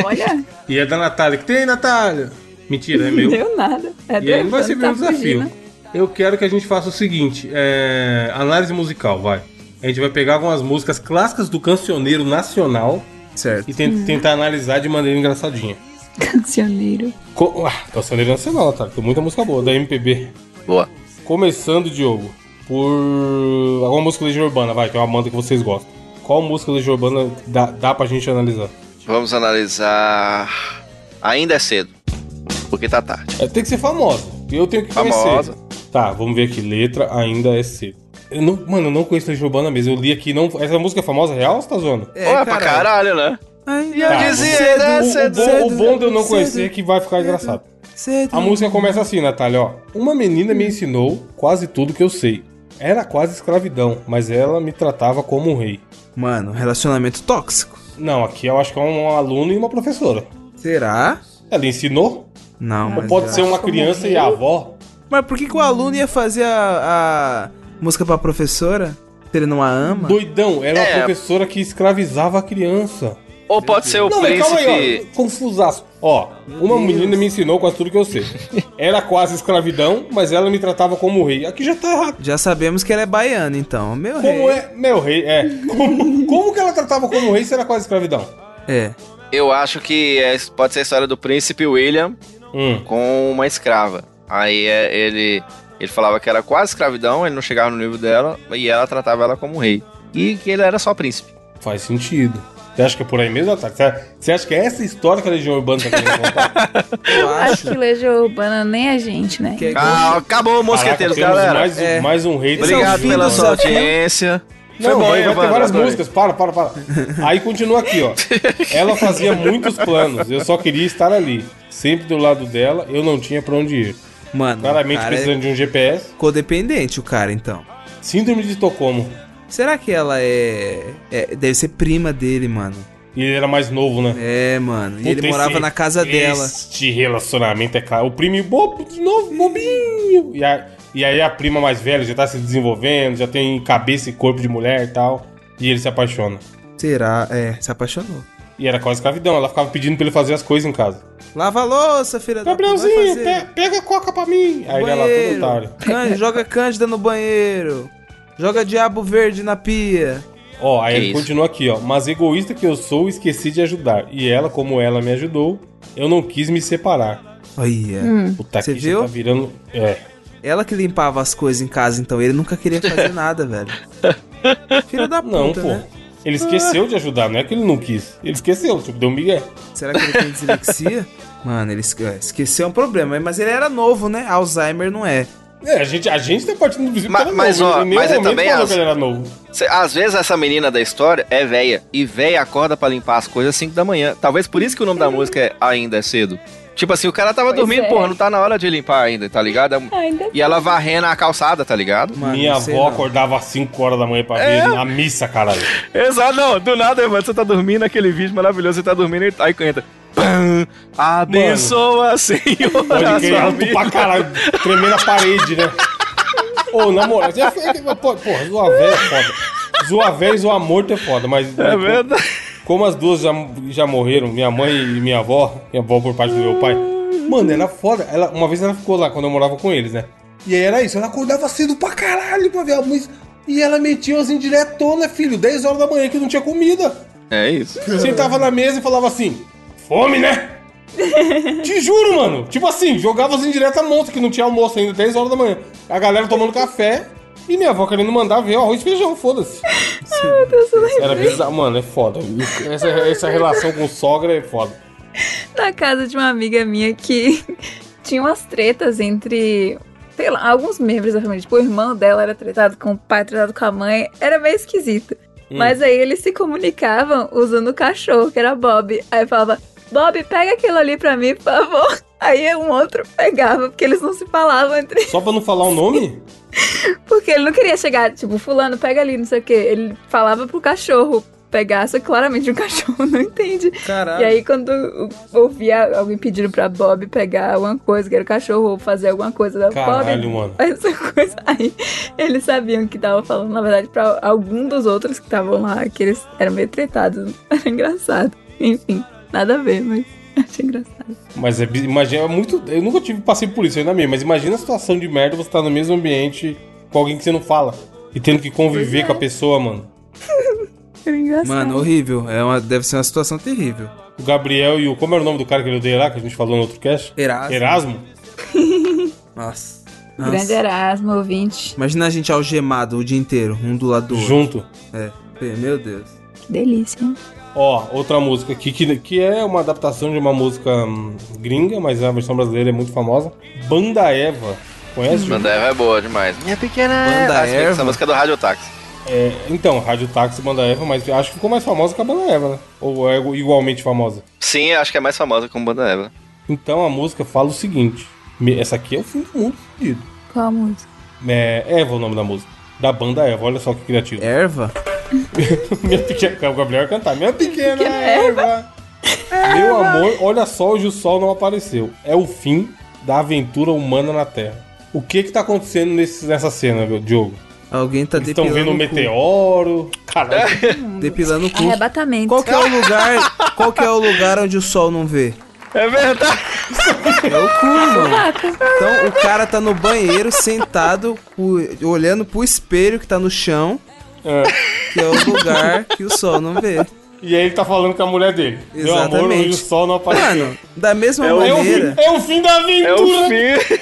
D: Olha,
B: E é da Natália. Que tem, Natália? Mentira, é [LAUGHS]
D: não
B: meu.
D: deu nada. É
B: E aí não vai ser
D: deve
B: meu
D: tá
B: desafio.
D: fugindo.
B: Eu quero que a gente faça o seguinte: é, análise musical, vai. A gente vai pegar algumas músicas clássicas do cancioneiro nacional
C: Certo.
B: e ten- tentar analisar de maneira engraçadinha.
D: Cancioneiro.
B: Co ah, cancioneiro nacional, tá? Tem muita música boa da MPB.
E: Boa.
B: Começando, Diogo, por alguma música da Legião Urbana, vai, que é uma banda que vocês gostam. Qual música da Legião Urbana dá, dá pra gente analisar?
E: Vamos analisar. Ainda é cedo. Porque tá tarde.
B: É, tem que ser famosa. Eu tenho que conhecer.
E: Famosa.
B: Tá, vamos ver aqui. Letra ainda é cedo. Eu não, mano, eu não conheço Legião Urbana mesmo. Eu li aqui. Não, essa música é famosa real ou você tá zoando?
E: É, Ué, pra caralho, né?
C: Ai,
E: Eu
B: Tá,
E: dizia,
B: vamos-
E: ainda
B: o,
E: é
B: o,
E: cedo.
B: bom, o bom de eu não
C: cedo,
B: conhecer é que vai ficar engraçado.
C: cedo.
B: A música começa assim, Natália, ó. Uma menina me ensinou quase tudo que eu sei. Era quase escravidão, mas ela me tratava como um rei.
C: Mano, relacionamento tóxico.
B: Não, aqui eu acho que é um aluno e uma professora.
C: Será?
B: Ela ensinou?
C: Não,
B: Ou
C: mas
B: pode
C: eu
B: ser um uma
D: acho que eu
B: criança
D: morri.
B: e a avó?
C: Mas por que, que o aluno ia fazer a, a música pra professora? Se ele não a ama?
B: Doidão, era
E: É.
B: uma professora que escravizava a criança.
E: Ou pode ser o
B: Não, mas calma aí,
E: príncipe.
B: ó. Confusaço. Ó, uma menina me ensinou quase tudo que eu sei. Era quase escravidão, mas ela me tratava como rei. Aqui já tá errado.
C: Já sabemos que ela é baiana, então. Meu
B: Como
C: rei.
B: é. Meu rei, é. Como, como que ela tratava como rei se era quase escravidão?
C: É.
E: Eu acho que é- pode ser a história do príncipe William
B: Hum.
E: com uma escrava. Aí é, ele, ele falava que era quase escravidão, ele não chegava no nível dela, e ela tratava ela como um rei. E que ele era só príncipe.
B: Faz sentido. Você acha que é por aí mesmo, Natália? Você acha- Você acha que é essa história que a Legião Urbana tá querendo contar?
D: [LAUGHS]
C: Eu
D: Acho
C: acho
D: que Legião Urbana nem a gente, né?
C: que é igual-
E: Ah, acabou, mosqueteiros,
B: Caraca, temos
E: galera.
B: Mais,
C: É.
B: mais um rei.
C: Esse é o
E: Obrigado
C: fim
E: pela
C: do
E: sua
C: desafio.
E: audiência.
B: né? Não, é, vai, vai ter
E: Evandro,
B: várias
E: adorei.
B: músicas. Para, para, para. Aí continua aqui, ó. Ela fazia muitos planos. Eu só queria estar ali. Sempre do lado dela, eu não tinha pra onde ir.
C: Mano,
B: Claramente
C: o cara
B: precisando de um GPS.
C: é codependente, o cara, então.
B: Síndrome de Estocolmo.
C: Será que ela é... é- Deve ser prima dele, mano.
B: E ele era mais novo, né?
C: É, mano. E ele
B: Puta,
C: morava
B: esse-
C: na casa dela.
B: Este relacionamento é claro. O primo bobo de novo, bobinho. E, a- e aí a prima mais velha já tá se desenvolvendo, já tem cabeça e corpo de mulher e tal. E ele se apaixona.
C: Será? É, se apaixonou.
B: E era quase escravidão. Ela ficava pedindo pra ele fazer as coisas em casa.
C: Lava a louça, filha da vai
B: Gabrielzinho,
C: fazer.
B: pe- pega a coca pra mim. Aí ele é lá todo
C: Banheiro.
B: otário.
C: Cân- joga Cândida no banheiro. Joga Diabo Verde na pia.
B: Ó, aí
E: Que
B: ele
E: isso?
B: continua aqui, ó. Mas egoísta que eu sou, esqueci de ajudar. E ela, como ela me ajudou, eu não quis me separar.
C: Olha.
B: Puta
C: Cê
B: que já
C: viu?
B: tá virando. É.
C: Ela que limpava as coisas em casa, então ele nunca
B: [LAUGHS]
C: queria fazer nada, velho. Filha da puta,
B: Não, pô.
C: né?
B: Ele esqueceu de ajudar, não é que ele não quis. Ele esqueceu, tipo, deu um migué.
C: Será que ele tem dislexia? Mano, ele esque- é, esqueceu é um problema, mas ele era novo, né? Alzheimer não é.
B: É, a gente, a gente tá partindo do princípio
E: Ma-
B: que era
E: mas,
B: novo.
E: ó,
B: Em nenhum
E: mas ele
B: momento
E: também
B: falou
E: as-
B: que ele era novo.
E: Cê- Às vezes essa menina da história é véia. E véia acorda pra limpar as coisas às 5 da manhã. Talvez por isso que o nome da música é Ainda é Cedo. Tipo assim, o cara tava
D: Pois
E: dormindo,
D: é.
E: porra, não tá na hora de limpar ainda, tá ligado? É-
D: Ainda. tá.
E: E ela varrendo a calçada, tá ligado?
C: Mano,
B: Minha
C: não sei
B: avó
C: não.
B: acordava às 5 horas da manhã
E: É.
B: pra ver na missa, caralho.
E: Exato, não, do nada, mano, você tá dormindo, aquele vídeo maravilhoso, você tá dormindo e aí canta. "Pam, ah, Abençoa, Senhor. a
B: Pode crer,
E: sua
B: alto
E: vida."
B: pra caralho, tremendo a parede, né? Ô, na moral, já foi- é que- pô, porra, zoar velho é foda. Zoar velho e zoar morto é foda, mas
E: É
B: mas, pô,
E: verdade.
B: como as duas já, já morreram, minha mãe e minha avó, minha avó por parte do meu pai, mano, era foda. Ela, uma vez ela ficou lá quando eu morava com eles, né? E aí era isso, ela acordava cedo pra caralho pra ver a música. E ela metia assim diretona, filho, 10 horas da manhã que não tinha comida.
E: É isso.
B: Sentava na mesa e falava assim: Fome, né? Te juro, mano. Tipo assim, jogava assim direto a monstro, que não tinha almoço ainda, 10 horas da manhã. A galera tomando café e minha avó querendo mandar ver o arroz e feijão, foda-se.
D: Então,
B: Era bizarro, mano, é foda. Essa, essa relação com sogra é foda.
D: na casa de uma amiga minha que [LAUGHS] tinha umas tretas entre, sei lá, alguns membros da família. Tipo, o irmão dela era tretado com o pai, tretado com a mãe. Era meio esquisito. Mas aí eles se comunicavam usando o cachorro, que era Bob. Aí falava, Bob, pega aquilo ali pra mim, por favor. [LAUGHS] Aí um outro pegava, porque eles não se falavam entre.
B: Só pra não falar o nome?
D: Porque ele não queria chegar, tipo, fulano, pega ali, não sei o quê. Ele falava pro cachorro pegar, só que claramente o [LAUGHS] cachorro não entende.
C: Caralho.
D: E aí, quando eu ouvia alguém pedindo pra Bob pegar alguma coisa, que era o cachorro, ou fazer alguma coisa, da Bob,
B: Caralho, mano.
D: faz [LAUGHS] essa coisa. Aí, eles sabiam que tava falando, na verdade, pra algum dos outros que estavam lá, que eles eram meio tretados. [LAUGHS] Era engraçado. Enfim, nada a ver, mas [LAUGHS] achei engraçado.
B: Mas é, bi- imagina, é muito. Eu nunca tive, passei por isso ainda mesmo, mas imagina a situação de merda você tá no mesmo ambiente com alguém que você não fala. E tendo que conviver com a pessoa, mano.
D: Era engraçado.
C: Mano, horrível. É uma, deve ser uma situação terrível.
B: O Gabriel e o. Como era o nome do cara que ele odeia lá, que a gente falou no outro cast?
C: Erasmo.
B: Erasmo?
C: Nossa.
D: Grande
C: Nossa.
D: Erasmo, ouvinte.
C: Imagina a gente algemado o dia inteiro, um do lado do outro.
B: Junto.
C: É. Pê, Meu Deus.
D: Delícia, hein?
B: Ó, outra música aqui que, que é uma adaptação de uma música hum, gringa, mas a versão brasileira é muito famosa. Banda Eva. Conhece? Ju?
E: Banda Eva é boa demais. Minha pequena
C: Banda
E: Eva. Ah, se bem que
C: Eva.
E: Essa música é do Rádio Táxi.
B: É, então, Rádio Táxi, Banda Eva, mas acho que ficou mais famosa que a Banda Eva, né? Ou é igualmente famosa.
E: Sim, acho que é mais famosa como Banda Eva.
B: Então a música fala o seguinte: me- essa aqui é o fim do mundo fudido.
D: Qual a música?
B: É Eva o nome da música. Da banda Eva, olha só que criativo.
C: Erva?
B: [LAUGHS] Minha pequena, o Gabriel ia cantar. Minha pequena, Eva. [LAUGHS] Meu amor, olha só, hoje o sol não apareceu. É o fim da aventura humana na Terra. O que que tá acontecendo nesse- nessa cena, meu Diogo?
C: Alguém tá
B: Eles estão
C: depilando
B: vendo um
C: o cu.
B: meteoro. Caralho.
C: Depilando o cu.
D: Arrebatamento.
C: Qual que é o
B: Então- [LAUGHS]
C: lugar, qual que é o lugar onde o sol não vê?
E: É verdade.
C: É o cu, mano. Então o cara tá no banheiro sentado, cu- olhando pro espelho que tá no chão,
B: É.
C: que é o lugar que o sol não vê.
B: E aí ele tá falando com a mulher dele. Meu amor, hoje
C: Exatamente.
B: o sol não apareceu.
C: Mano, da mesma
B: é, o, é o
C: maneira.
B: fim, é o fim da aventura.
E: É o fim.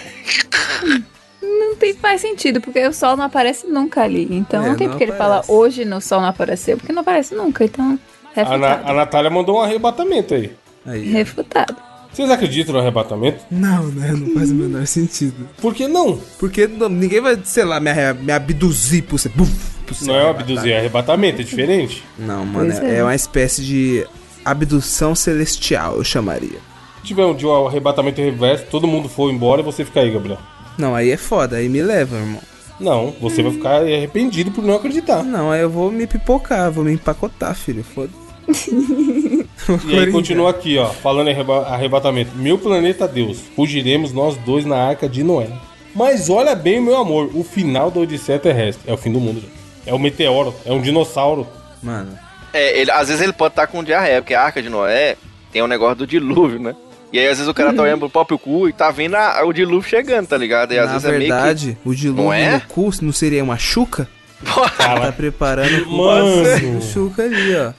D: Não tem, faz sentido, porque o sol não aparece nunca ali. Então
C: É,
D: não tem
C: não
D: porque ele fala
C: aparece.
D: hoje no sol não apareceu, porque não aparece nunca. Então,
B: A, Ah, Na, ah.
D: refutado.
B: a Natália mandou um arrebatamento aí.
C: Aí, ó.
E: [LAUGHS]
D: Refutado.
B: Vocês acreditam no arrebatamento?
C: Não, né? Não faz o menor sentido.
B: Por que não?
C: Porque não- ninguém vai, sei lá, me, arre- me abduzir por ser. buf, por ser
B: Não é
C: arrebatado.
B: abduzir, é arrebatamento, é diferente.
C: Não, mano,
D: Pois
C: é.
D: é.
C: é uma espécie de abdução celestial, eu chamaria.
B: Se tiver um dia um arrebatamento reverso, todo mundo for embora e você fica aí, Gabriel.
C: Não, aí é foda, aí me leva, irmão.
B: Não, você vai ficar arrependido por não acreditar.
C: Não, aí eu vou me pipocar, vou me empacotar, filho. Foda.
B: [LAUGHS] E aí continua aqui, ó, falando em arreba- arrebatamento. Meu planeta Deus, fugiremos nós dois na arca de Noé. Mas olha bem, meu amor, o final da Odisseia Terrestre. É o fim do mundo, gente. É um meteoro, é um dinossauro.
C: Mano,
E: É, ele, às vezes ele pode estar com diarreia, porque a Arca de Noé tem um negócio do dilúvio, né? E aí às vezes o cara tá olhando pro próprio cu e tá vendo a- o dilúvio chegando, tá ligado? E às
C: na
B: é
E: vezes
C: verdade, o dilúvio
E: Não é?
C: no curso não seria uma chuca?
E: é meio que...
C: Tá preparando o
B: Mano. É
C: o chuca ali, ó.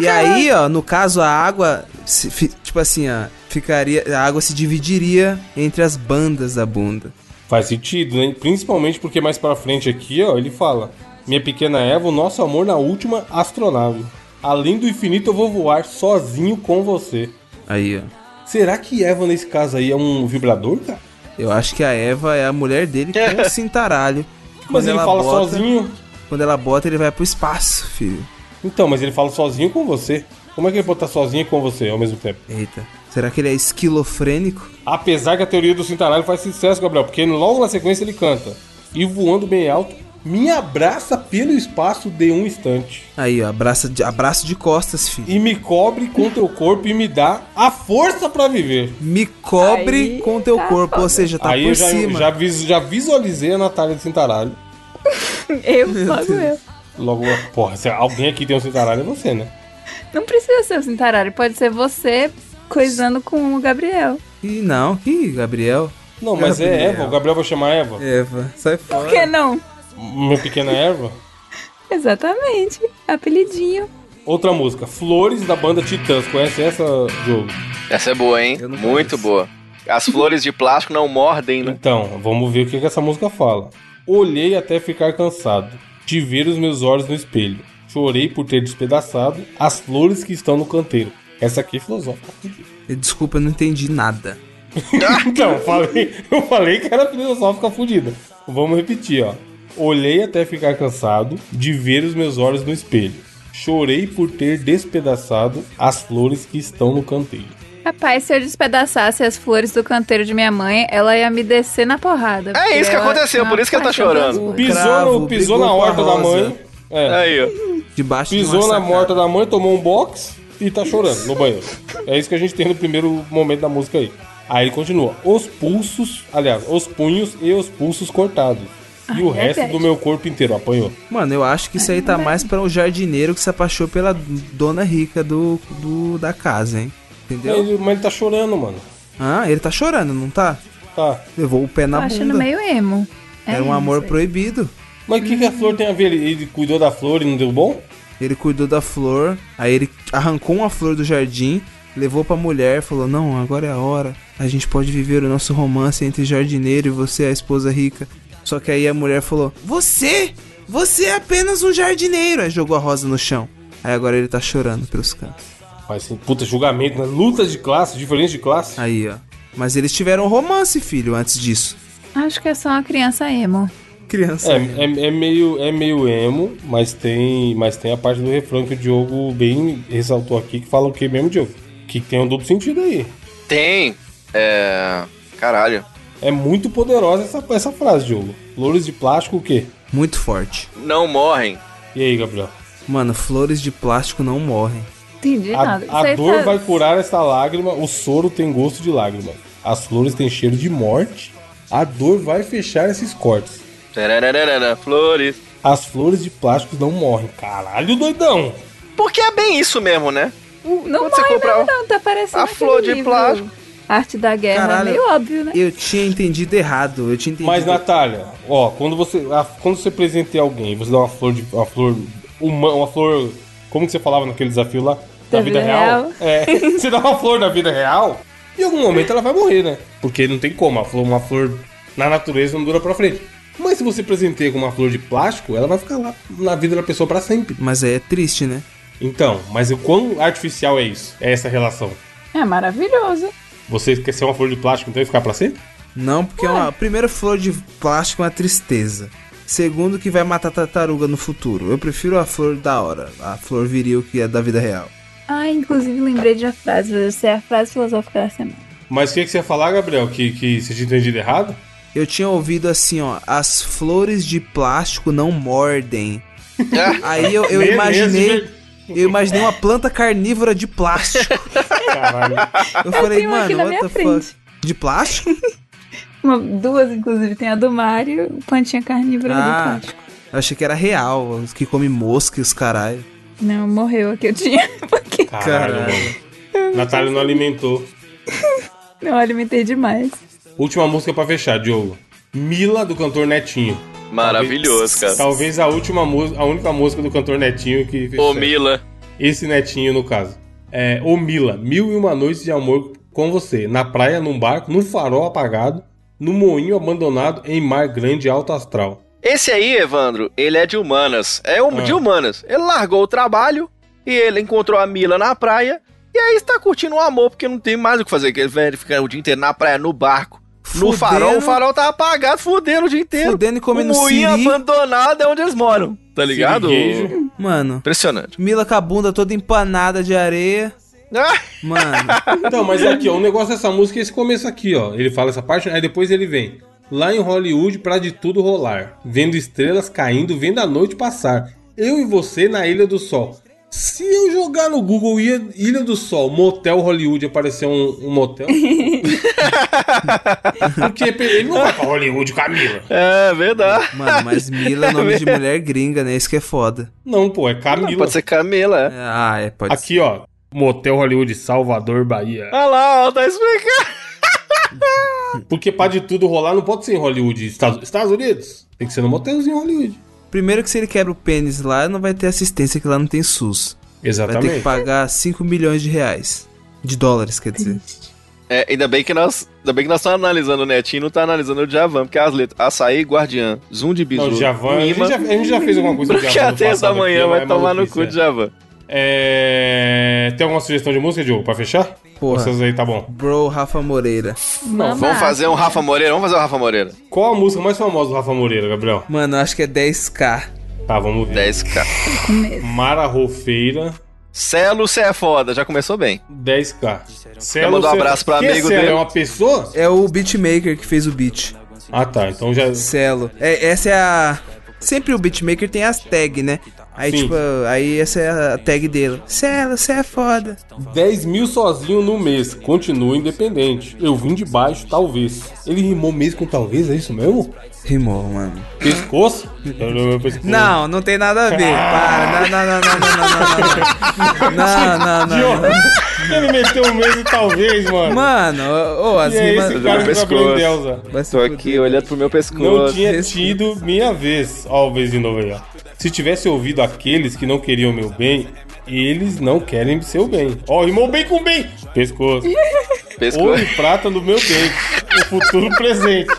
C: E aí, ó, no caso, a água, se fi- tipo assim, ó, ficaria, a água se dividiria entre as bandas da bunda.
B: Faz sentido, né? Principalmente porque mais pra frente aqui, ó, ele fala: Minha pequena Eva, o nosso amor na última astronave. Além do infinito, eu vou voar sozinho com você.
C: Aí, ó.
B: Será que Eva, nesse caso aí, é um vibrador, cara?
C: Eu acho que a Eva é a mulher dele com
B: [LAUGHS]
C: o cintaralho.
B: Mas ele fala
C: bota,
B: sozinho.
C: Quando ela bota, ele vai pro espaço, filho.
B: Então, mas ele fala sozinho com você. Como é que ele pode estar sozinho com você ao mesmo tempo?
C: Eita. Será que ele é esquilofrênico?
B: Apesar que a teoria do cintaralho faz sucesso, Gabriel, porque logo na sequência ele canta: E voando bem alto, me abraça pelo espaço de um instante.
C: Aí, ó, abraça de, abraço de costas, filho.
B: e me cobre com teu corpo e me dá a força pra viver.
C: Me cobre
D: Aí
C: com teu
D: tá
C: corpo, ou
D: foda.
C: seja, tá
B: Aí
C: por
B: eu já,
C: cima.
B: já, vis- já visualizei a Natália de Cintaralho.
D: Eu logo eu.
B: Logo, porra, se alguém aqui tem um Cintaralho é você, né?
D: Não precisa ser o Cintaralho, pode ser você coisando com o Gabriel.
C: Ih, não, que Gabriel.
B: Não, mas é
C: Gabriel.
B: Eva, o Gabriel vai chamar Eva.
C: Eva, sai fora.
D: Por que não?
B: Minha pequena Eva.
D: Exatamente. Apelidinho.
B: Outra música, Flores da banda Titãs. Conhece essa, Diogo?
E: Essa é boa, hein?
C: Eu não
E: Muito
C: conheço.
E: boa. As flores de plástico não mordem, né?
B: Então, vamos ver o que, que essa música fala. Olhei até ficar cansado de ver os meus olhos no espelho. Chorei por ter despedaçado as flores que estão no canteiro. Essa aqui é filosófica.
C: Desculpa, eu não entendi nada.
B: [LAUGHS] Então, eu falei, eu falei que era filosófica fudida. Vamos repetir, ó. Olhei até ficar cansado de ver os meus olhos no espelho. Chorei por ter despedaçado as flores que estão no canteiro.
D: Rapaz, se eu despedaçasse as flores do canteiro de minha mãe, ela ia me descer na porrada. porque
E: É isso que
D: ela
E: aconteceu,
D: tinha
E: por isso que ela tá
D: paixão
E: chorando.
D: pelas flores.
B: Pisou,
C: Cravo,
B: no- pisou
C: brigou
B: na
C: com a
B: horta da
C: rosa.
B: mãe. É,
E: Aí, ó.
C: Debaixo de uma
B: pisou na
C: sacada.
B: morta da mãe, tomou um box e tá chorando no banheiro. É isso que a gente tem no primeiro momento da música aí. Aí ele continua. Os pulsos, aliás, os punhos e os pulsos cortados. E o resto
D: verdade.
B: do meu corpo inteiro apanhou.
C: Mano, eu acho que isso aí tá mais pra um jardineiro que se apaixonou pela dona rica do, do- da casa, hein? Entendeu?
B: Ele- mas ele tá chorando, mano.
C: Ah, ele tá chorando, não tá?
B: Tá.
C: Levou o pé
D: Tô
C: na
D: achando
C: bunda.
D: meio emo. É
C: Era um
D: isso
C: amor
D: aí.
C: proibido.
B: Mas o que, que a flor tem a ver? Ele, ele cuidou da flor e não deu bom?
C: Ele cuidou da flor, aí ele arrancou uma flor do jardim, levou pra mulher, falou: Não, agora é a hora. A gente pode viver o nosso romance entre jardineiro e você, a esposa rica. Só que aí a mulher falou: Você! Você é apenas um jardineiro! Aí jogou a rosa no chão. Aí agora ele tá chorando pelos cantos.
B: Mas assim, puta, julgamento, né? Lutas de classe, diferença de classe.
C: Aí, ó. Mas eles tiveram um romance, filho, antes disso.
D: Acho que é só uma criança emo.
C: Criança.
B: É, é, é meio, é meio emo, mas tem, mas tem a parte do refrão que o Diogo bem ressaltou aqui, que fala o que mesmo, Diogo? Que tem um duplo sentido aí.
E: Tem. É. Caralho.
B: É muito poderosa essa, essa frase, Diogo. Flores de plástico, o quê?
C: Muito forte.
E: Não morrem.
B: E aí, Gabriel?
C: Mano, flores de plástico não morrem.
D: Entendi
B: A,
D: nada. Isso
B: a
D: aí
B: dor
D: tá-
B: vai curar essa lágrima, o soro tem gosto de lágrima. As flores têm cheiro de morte, a dor vai fechar esses cortes.
E: Tarararara, Flores.
B: As flores de plástico não morrem. Caralho, doidão!
E: Porque é bem isso mesmo, né?
D: Não
E: Quando você
D: morre
E: comprar
D: mesmo,
E: o-
D: não, tá parecendo
E: a
D: aquele
E: flor de
D: livro,
E: plástico.
D: Arte da Guerra,
C: Caralho.
D: É, meio óbvio, né?
C: Eu tinha entendido errado. Eu tinha entendido.
B: Mas, Natália, ó, quando você, a- quando você presenteia alguém, você dá uma flor de. uma flor. Uma, uma flor. Como que você falava naquele desafio lá? Da, vida, real? É. [LAUGHS] Você dá uma flor da vida real, em algum momento ela vai morrer, né? Porque não tem como. a flor- uma flor na natureza não dura pra frente. Mas se você presenteia com uma flor de plástico, ela vai ficar lá na vida da pessoa pra sempre.
C: Mas aí é triste, né?
B: Então, mas o quão artificial é isso? É essa relação.
D: É maravilhoso.
B: Você esquecer uma flor de plástico, então vai ficar pra sempre?
C: Não, porque é uma primeira flor de plástico é uma tristeza. Segundo, que vai matar tartaruga no futuro. Eu prefiro a flor da hora, a flor viril que é da vida real.
D: Ah, inclusive lembrei de uma frase, mas essa é a frase filosófica da semana.
B: Mas o que, que você ia falar, Gabriel? Que, que você tinha entendido errado?
C: Eu tinha ouvido assim, ó, as flores de plástico não mordem. Aí eu, eu
B: Beleza,
C: imaginei,
B: velho.
C: eu imaginei uma planta carnívora de
D: [LAUGHS]
C: plástico.
B: Caralho.
C: Eu falei,
D: tenho aqui
C: mano,
D: na
C: what the
D: minha
C: fuck? De plástico?
D: Uma- duas, inclusive, tem a do Mario, plantinha carnívora do
C: Ah,
D: plástico.
C: eu achei que era real, os que come mosca e os caralho.
D: Não, morreu aqui, eu tinha. [LAUGHS] Porque
B: Caralho,
C: Caralho.
B: mano. Natália não alimentou.
D: não alimentei demais.
B: Última música pra fechar, Diogo. Mila, do cantor Netinho.
E: Maravilhoso, cara.
B: Talvez a última música, a única música do cantor Netinho que fechou.
E: Ô, Mila.
B: Esse Netinho, no caso. É, Ô Mila, mil e uma noites de amor com você. Na praia, num barco, num farol apagado, num moinho abandonado, em mar grande alto astral.
E: Esse aí, Evandro, ele é de humanas. É um
B: Ah.
E: de humanas. Ele largou o trabalho e ele encontrou a Mila na praia. E aí está curtindo o amor, porque não tem mais o que fazer. Que ele vai ficar o dia inteiro na praia, no barco. No
C: Fudendo.
E: farol, o farol tá apagado, fudendo o dia inteiro.
C: Fudendo e
E: O
C: comendo
E: moinho
C: siri.
E: abandonado é onde eles moram. Tá ligado?
B: Siriguejo.
C: Mano,
E: Impressionante.
C: Mila com a bunda toda empanada de areia.
E: Ah,
C: Mano,
B: Então, mas aqui, ó, o negócio dessa música é esse começo aqui, ó. Ele fala essa parte, aí depois ele vem. Lá em Hollywood pra de tudo rolar. Vendo estrelas caindo, vendo a noite passar. Eu e você na Ilha do Sol. Se eu jogar no Google Ilha, Ilha do Sol, motel Hollywood, aparecer um, um motel. Porque ele não vai pra Hollywood, Camila.
E: é verdade.
C: mano, mas Mila é nome de mulher gringa, né? Isso que é foda.
B: Não, pô, é Camila.
E: Pode ser Camila, é.
C: É, Ah, é, pode ser.
B: Aqui, ó. Motel Hollywood, Salvador, Bahia.
E: Olha lá, ó, tá explicando.
B: Porque pra de tudo rolar não pode ser em Hollywood. Estados, Estados Unidos? Tem que ser no motelzinho em Hollywood.
C: Primeiro que se ele quebra o pênis lá, não vai ter assistência, que lá não tem SUS. Vai ter que
B: Exatamente.
C: pagar 5 milhões de reais. De dólares, quer dizer.
E: É, ainda bem que nós. Ainda bem que nós estamos analisando o Netinho e não tá analisando o Javan, porque as letras. Açaí, Guardiã, Zoom de Bizu.
B: Não, Javan, a gente,
E: Imã,
B: já, a gente já fez alguma coisa
E: [LAUGHS] Porque
B: Javan no
E: até essa
B: passado
E: manhã
B: aqui,
E: vai
B: mas é
E: tomar no
B: maluquice,
E: cu de Javan.
B: é. É... Tem alguma sugestão de música, Diogo, pra fechar?
C: Porra.
B: Vocês aí, tá bom.
C: Bro, Rafa Moreira.
D: Mama.
E: Vamos fazer um Rafa Moreira, vamos fazer o Rafa Moreira.
B: Qual a música mais famosa do Rafa Moreira, Gabriel?
C: Mano, eu acho que é 10k.
B: Tá, vamos ver.
E: 10k.
B: Mara Rofeira,
E: Celo, você é foda, já começou bem.
B: 10k. Celo,
E: mandou um
B: Celo-
E: abraço pra
B: Quem
E: amigo
B: é Celo?
E: dele.
B: É uma pessoa?
C: É o beatmaker que fez o beat.
B: Ah, tá. Então já.
C: Celo. É, essa é a. Sempre o beatmaker tem as tags, né? Aí,
B: Sim.
C: tipo, aí essa é a tag dele. Celo, você é foda.
B: 10 mil sozinho no mês. Continua independente. Eu vim de baixo, talvez. Ele rimou mês com talvez, é isso mesmo?
C: Rimou, mano.
B: Pescoço?
E: [LAUGHS]
B: Eu- eu- eu pescoço.
C: Não, não tem nada a ver.
B: Ah.
C: Para, não, não, não, não, não, não, não, não, não, não, não, não.
B: Diogo, Ele meteu um mês e talvez, mano.
C: Mano, ô, ô, as
B: e é
C: rimas.
B: esse cara que tá
E: Pescoço.
B: aprendendo, Zé.
C: Vai se
E: Tô
C: fuder. né?
E: aqui olhando pro meu
B: Não
E: pescoço.
B: tinha
C: respeito.
B: tido minha vez. Ó, o vez de novo aí, ó. Se tivesse ouvido aqueles que não queriam meu bem, eles não querem seu bem. Ó, rimou bem com bem. Pescoço.
E: é
B: Ouro
E: Pescoço.
B: e prata no meu bem. O futuro presente.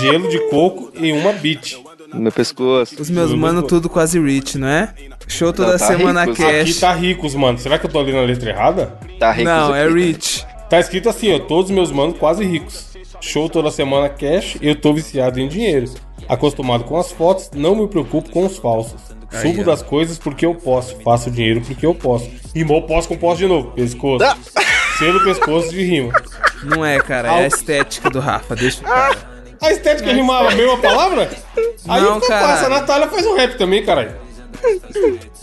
B: Gelo de coco e uma beat.
E: Meu pescoço.
C: Os meus mano tudo quase rich, não é? Show toda
E: tá
C: semana
E: rico,
B: Aqui
C: cash.
B: tá ricos, mano. Será que eu tô lendo a letra errada?
E: Tá rico.
C: Não,
E: isso
C: é
E: aqui.
C: rich.
B: Tá escrito assim, ó. Todos meus manos quase ricos. Show toda semana cash, eu tô viciado em dinheiro. Acostumado com as fotos, não me preocupo com os falsos. Subo das coisas porque eu posso. Faço dinheiro porque eu posso. Rimou posso com posso de novo. Pescoço.
E: Ah!
B: Selo pescoço de rima.
C: Não é, cara. É a estética do Rafa. Deixa o
B: Ah,
C: cara.
B: A estética rimava a mesma palavra? Aí
C: Não,
B: eu passa, a
C: caralho.
B: Natália faz um rap também, caralho.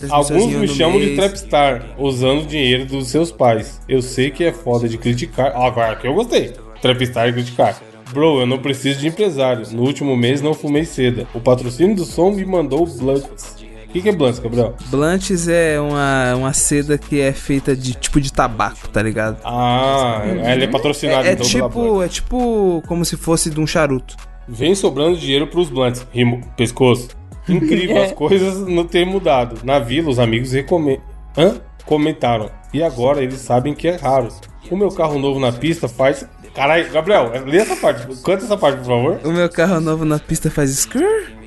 B: Alguns
C: um Sozinho
B: me
C: no assim.
B: chamam de
C: mês.
B: trapstar, usando o dinheiro dos seus pais. Eu sei que é foda de criticar. Ah, Agora que eu gostei. Trapstar e criticar. Bro, eu não preciso de empresário. No último mês não fumei seda. O patrocínio do som me mandou blunts. O que, que é blunts, Gabriel?
C: Blanches é uma, uma seda que é feita de tipo de tabaco, tá ligado?
B: Ah, ele é patrocinado
C: É, é
B: então pela Blunt.
C: tipo, é tipo como se fosse de um charuto.
B: Vem sobrando dinheiro pros blunts. Rimo, pescoço. Incrível, as coisas não ter mudado. Na vila, os amigos recome... Hã? comentaram. E agora eles sabem que é raro. O meu carro novo na pista faz. Caralho, Gabriel, lê essa parte. Canta essa parte, por favor.
C: O meu carro novo na pista faz skrr.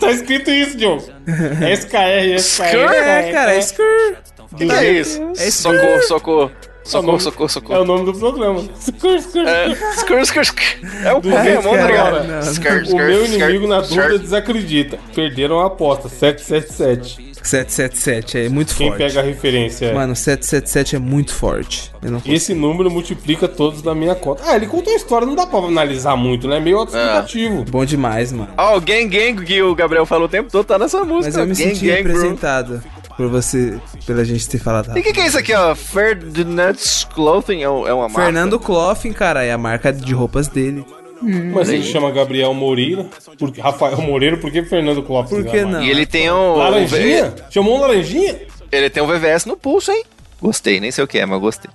B: Tá escrito isso, Diogo. É SKR, SKR.
C: É, cara, é skrr.
E: Que que é isso?
C: É isso.
E: socorro, socorro.
B: nome-
E: Socorro, socorro,
B: É o
E: socorro.
B: nome do programa. Skur, skur.
E: É, skrr, skrr, skrr. É o
B: Do
E: Pokémon,
C: jeito
E: tá
C: que era,
E: ligado?
C: não.
E: Skrr,
B: O
E: skrr,
B: meu
E: skrr,
B: inimigo na
E: skrr.
B: dúvida desacredita. Perderam a aposta. 777.
C: 777 é muito
B: Quem
C: forte.
B: pega a referência é.
C: Mano, 777 é muito forte. Eu não
B: Esse número multiplica todos da minha conta. Ah, ele contou a história, não dá pra analisar muito, né? É Meio autoexplicativo.
C: Bom demais, mano.
E: Ó, o Gang Gang que o Gabriel falou o tempo todo tá nessa música.
C: Mas eu me
E: gang,
C: senti
E: gang, bro.
C: representado por você, pela gente ter falado.
E: E o que, que é isso aqui, ó? Ferdinand's Clothing é, um- é uma marca.
C: Fernando Cloffin, cara, é a marca de roupas dele.
E: É.
B: Mas ele chama Gabriel Moreira, porque Rafael Moreira, por que Fernando Clopes?
C: Por que
B: né, mano?
C: não?
E: E ele tem um.
B: Laranjinha? Chamou um laranjinha?
E: Ele tem um VVS no pulso, hein? Gostei, nem sei o que é, mas gostei.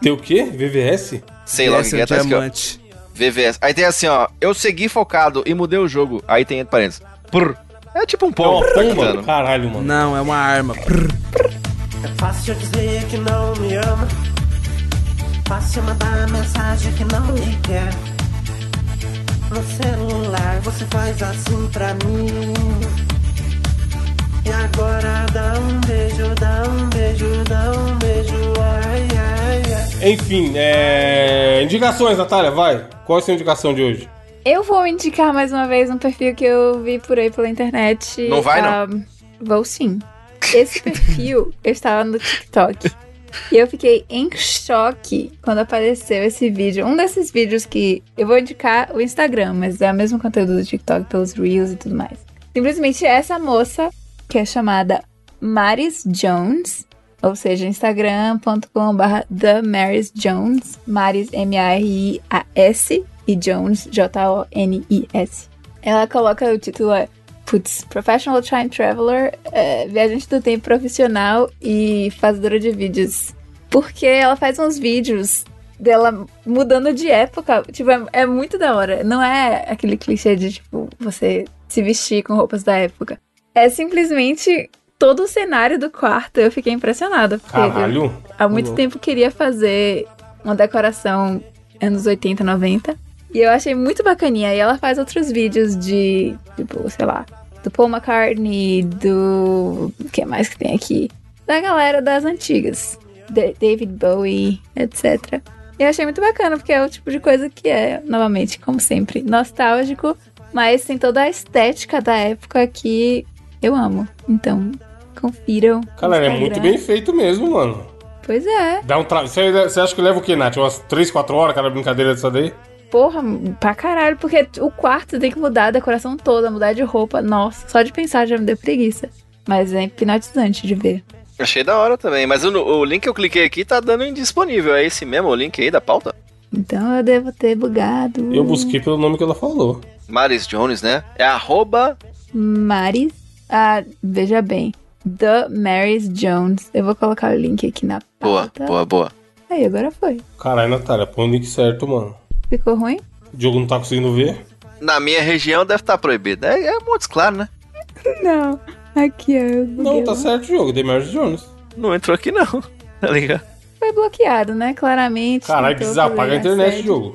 B: Tem o quê? VVS?
E: Sei lá o que que
C: Esse é
E: é,
C: o
E: tá aqui, ó.
C: diamante.
E: VVS. Aí tem assim, ó. Eu segui focado e mudei o jogo. Aí tem entre parênteses. Prr. É tipo um
B: É
E: pombo.
B: uma
E: tá
B: pomba?
E: cantando.
B: Caralho, mano.
C: Não, é uma arma. Prr.
G: Fácil dizer que não me ama. Fácil mandar mensagem que não me quer. No celular você faz assim pra mim. E agora dá um beijo, dá um beijo, dá um beijo. Ai, ai, ai.
B: Enfim, é... indicações, Natália, vai. Qual é a sua indicação de hoje?
D: Eu vou indicar mais uma vez um perfil que eu vi por aí pela internet.
E: Não vai,
D: Ah, Vou sim. Esse perfil eu estava no TikTok. E eu fiquei em choque quando apareceu esse vídeo. Um desses vídeos que eu vou indicar o Instagram, mas é o mesmo conteúdo do TikTok, pelos Reels e tudo mais. Simplesmente essa moça, que é chamada Maris Jones, ou seja, instagram.com.br The Maris Jones, Maris M-A-R-I-A-S e Jones J-O-N-I-S. Ela coloca o título, é, putz, Professional Time Traveler, é, viajante do tempo profissional e fazedora de vídeos. Porque ela faz uns vídeos dela mudando de época. Tipo, é, é muito da hora. Não é aquele clichê de, tipo, você se vestir com roupas da época. É simplesmente todo o cenário do quarto. Eu fiquei impressionada. Porque eu,
B: Caralho.
D: há muito
C: Louco.
D: tempo queria fazer uma decoração anos 80, 90. E eu achei muito bacaninha. E ela faz outros vídeos de, tipo, sei lá, do Paul McCartney, do. O que mais que tem aqui? da galera das antigas. Da- David Bowie, etc. E eu achei muito bacana, porque é o tipo de coisa que é, novamente, como sempre, nostálgico, mas tem toda a estética da época que eu amo. Então, confiram. no
B: Cara, é muito
D: Instagram.
B: bem feito mesmo, mano.
D: Pois é.
B: Dá um tra... você, você acha que leva o quê, Nath? Umas 3, 4 horas cada brincadeira dessa daí?
D: Porra, pra caralho, porque o quarto tem que mudar a decoração toda, mudar de roupa. Nossa, só de pensar já me deu preguiça. Mas é hipnotizante de ver.
E: Achei da hora também, mas o, o link que eu cliquei aqui tá dando indisponível. É esse mesmo o link aí da pauta?
D: Então eu devo ter bugado.
B: Eu busquei pelo nome que ela falou.
E: Maris Jones, né? É arroba.
D: Maris. Ah, veja bem. The Marys Jones. Eu vou colocar o link aqui na
E: Boa,
D: pauta.
E: boa, boa.
D: Aí, agora foi.
B: Caralho, Natália, põe o link certo, mano.
D: Ficou ruim?
B: O Diogo não tá conseguindo ver?
E: Na minha região deve estar proibido. É, é Montes Claro, né?
D: Não. Aqui, ó. eu
B: Não,
D: buguei.
B: tá certo o jogo, The Marriage Jones.
E: Não entrou aqui não. [LAUGHS] Tá ligado?
D: Foi bloqueado, né? Claramente.
B: Caralho,
D: não tô
B: precisa apagar a
D: fazendo
B: internet,
D: sede.
B: Diogo.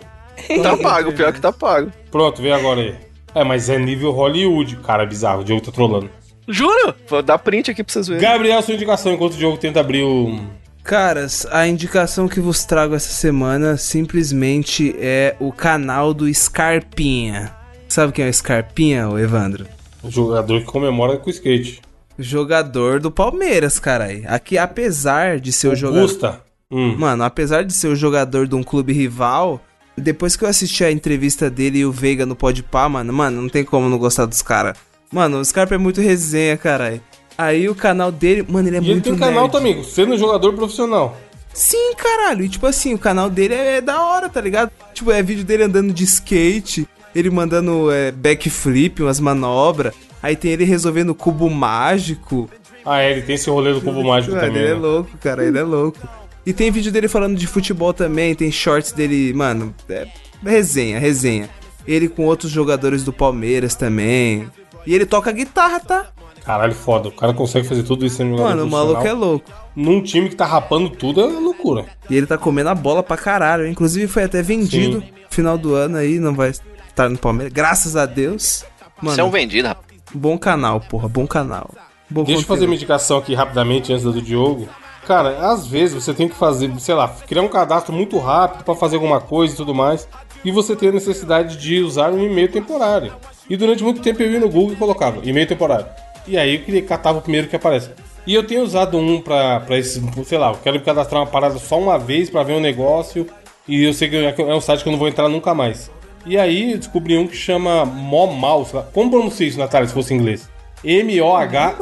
E: Tá pago, pior que tá pago.
B: Pronto, vem agora aí. É, mas é nível Hollywood. Cara, bizarro, o Diogo tá trolando.
E: Juro? Vou dar print aqui pra vocês verem.
B: Gabriel, sua indicação enquanto o Diogo tenta abrir o.
C: Caras, a indicação que vos trago essa semana simplesmente é o canal do Scarpinha. Sabe quem é o Scarpinha, ô Evandro?
B: o jogador que comemora com o skate.
C: Jogador do Palmeiras, carai. Aqui, apesar de ser o jogador.
B: Gusta. Hum.
C: Mano, apesar de ser o jogador de um clube rival, depois que eu assisti a entrevista dele e o Veiga no Podpah, mano, mano, não tem como não gostar dos caras. Mano, o Scarpa é muito resenha, carai. Aí o canal dele, mano, ele é
B: E ele
C: muito
B: tem canal
C: nerd.
B: também, sendo um jogador profissional.
C: Sim, caralho. E tipo assim, o canal dele é, é da hora, tá ligado? Tipo, é vídeo dele andando de skate, ele mandando é, backflip, umas manobras. Aí tem ele resolvendo cubo mágico.
B: Ah, é, ele tem esse rolê do cubo mágico
C: Mano,
B: também.
C: ele é
B: né?
C: louco, cara, ele é louco. E tem vídeo dele falando de futebol também, tem shorts dele, mano, é resenha, resenha. Ele com outros jogadores do Palmeiras também. E ele toca guitarra, tá?
B: Caralho, foda. O cara consegue fazer tudo isso sendo um jogador
C: Mano, o maluco é
B: profissional.
C: louco.
B: Num time que tá rapando tudo é loucura.
C: E ele tá comendo a bola pra caralho. Inclusive foi até vendido
B: Sim.
C: final do ano aí, não vai estar no Palmeiras. Graças a Deus. Mano,
E: Você é um vendido, rapaz.
C: bom canal, porra, bom canal. Bom
B: Deixa eu fazer minha indicação aqui rapidamente antes da do Diogo. Cara, às vezes você tem que fazer, sei lá, criar um cadastro muito rápido pra fazer alguma coisa e tudo mais, e você tem a necessidade de usar um e-mail temporário. E durante muito tempo eu ia no Google e colocava e-mail temporário. E aí eu queria catava o primeiro que aparece. E eu tenho usado um pra, pra esse, sei lá, eu quero me cadastrar uma parada só uma vez pra ver um negócio, e eu sei que é um site que eu não vou entrar nunca mais. E aí eu descobri um que chama Momal. sei lá. Como pronuncia isso, Natália, se fosse em inglês?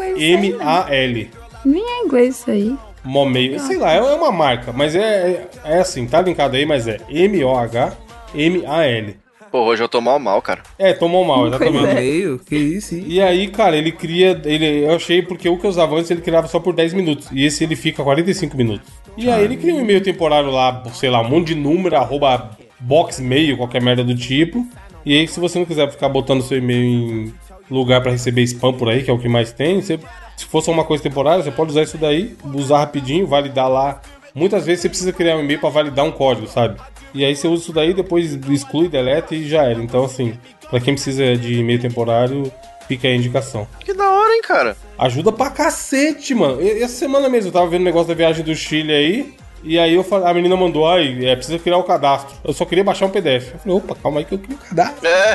B: M-O-H-M-A-L.
D: Nem é inglês isso aí.
B: Momeio. Sei lá, é uma marca, mas é, é assim, tá linkado aí, mas é M-O-H-M-A-L.
E: Pô, hoje eu tô mal mal, cara.
B: É, tomou mal,
C: no
B: exatamente.
C: meio, que isso, hein?
B: E aí, cara, ele cria. Ele, eu achei porque o que eu usava antes ele criava só por 10 minutos. E esse ele fica 45 minutos. E aí ele cria um e-mail temporário lá, sei lá, um monte de número, arroba boxmail, qualquer merda do tipo. E aí, se você não quiser ficar botando seu e-mail em lugar pra receber spam por aí, que é o que mais tem, você, se for só uma coisa temporária, você pode usar isso daí, usar rapidinho, validar lá. Muitas vezes você precisa criar um e-mail pra validar um código, sabe? E aí você usa isso daí, depois exclui, deleta e já era. Então, assim, pra quem precisa de e-mail temporário, fica aí a indicação.
E: Que da hora, hein, cara?
B: Ajuda pra cacete, mano. E- Essa semana mesmo, eu tava vendo o negócio da viagem do Chile aí. E aí eu falei, a menina mandou, ai, é, precisa criar o cadastro. Eu só queria baixar um PDF. Eu falei, opa, calma aí que eu crio o cadastro.
E: É,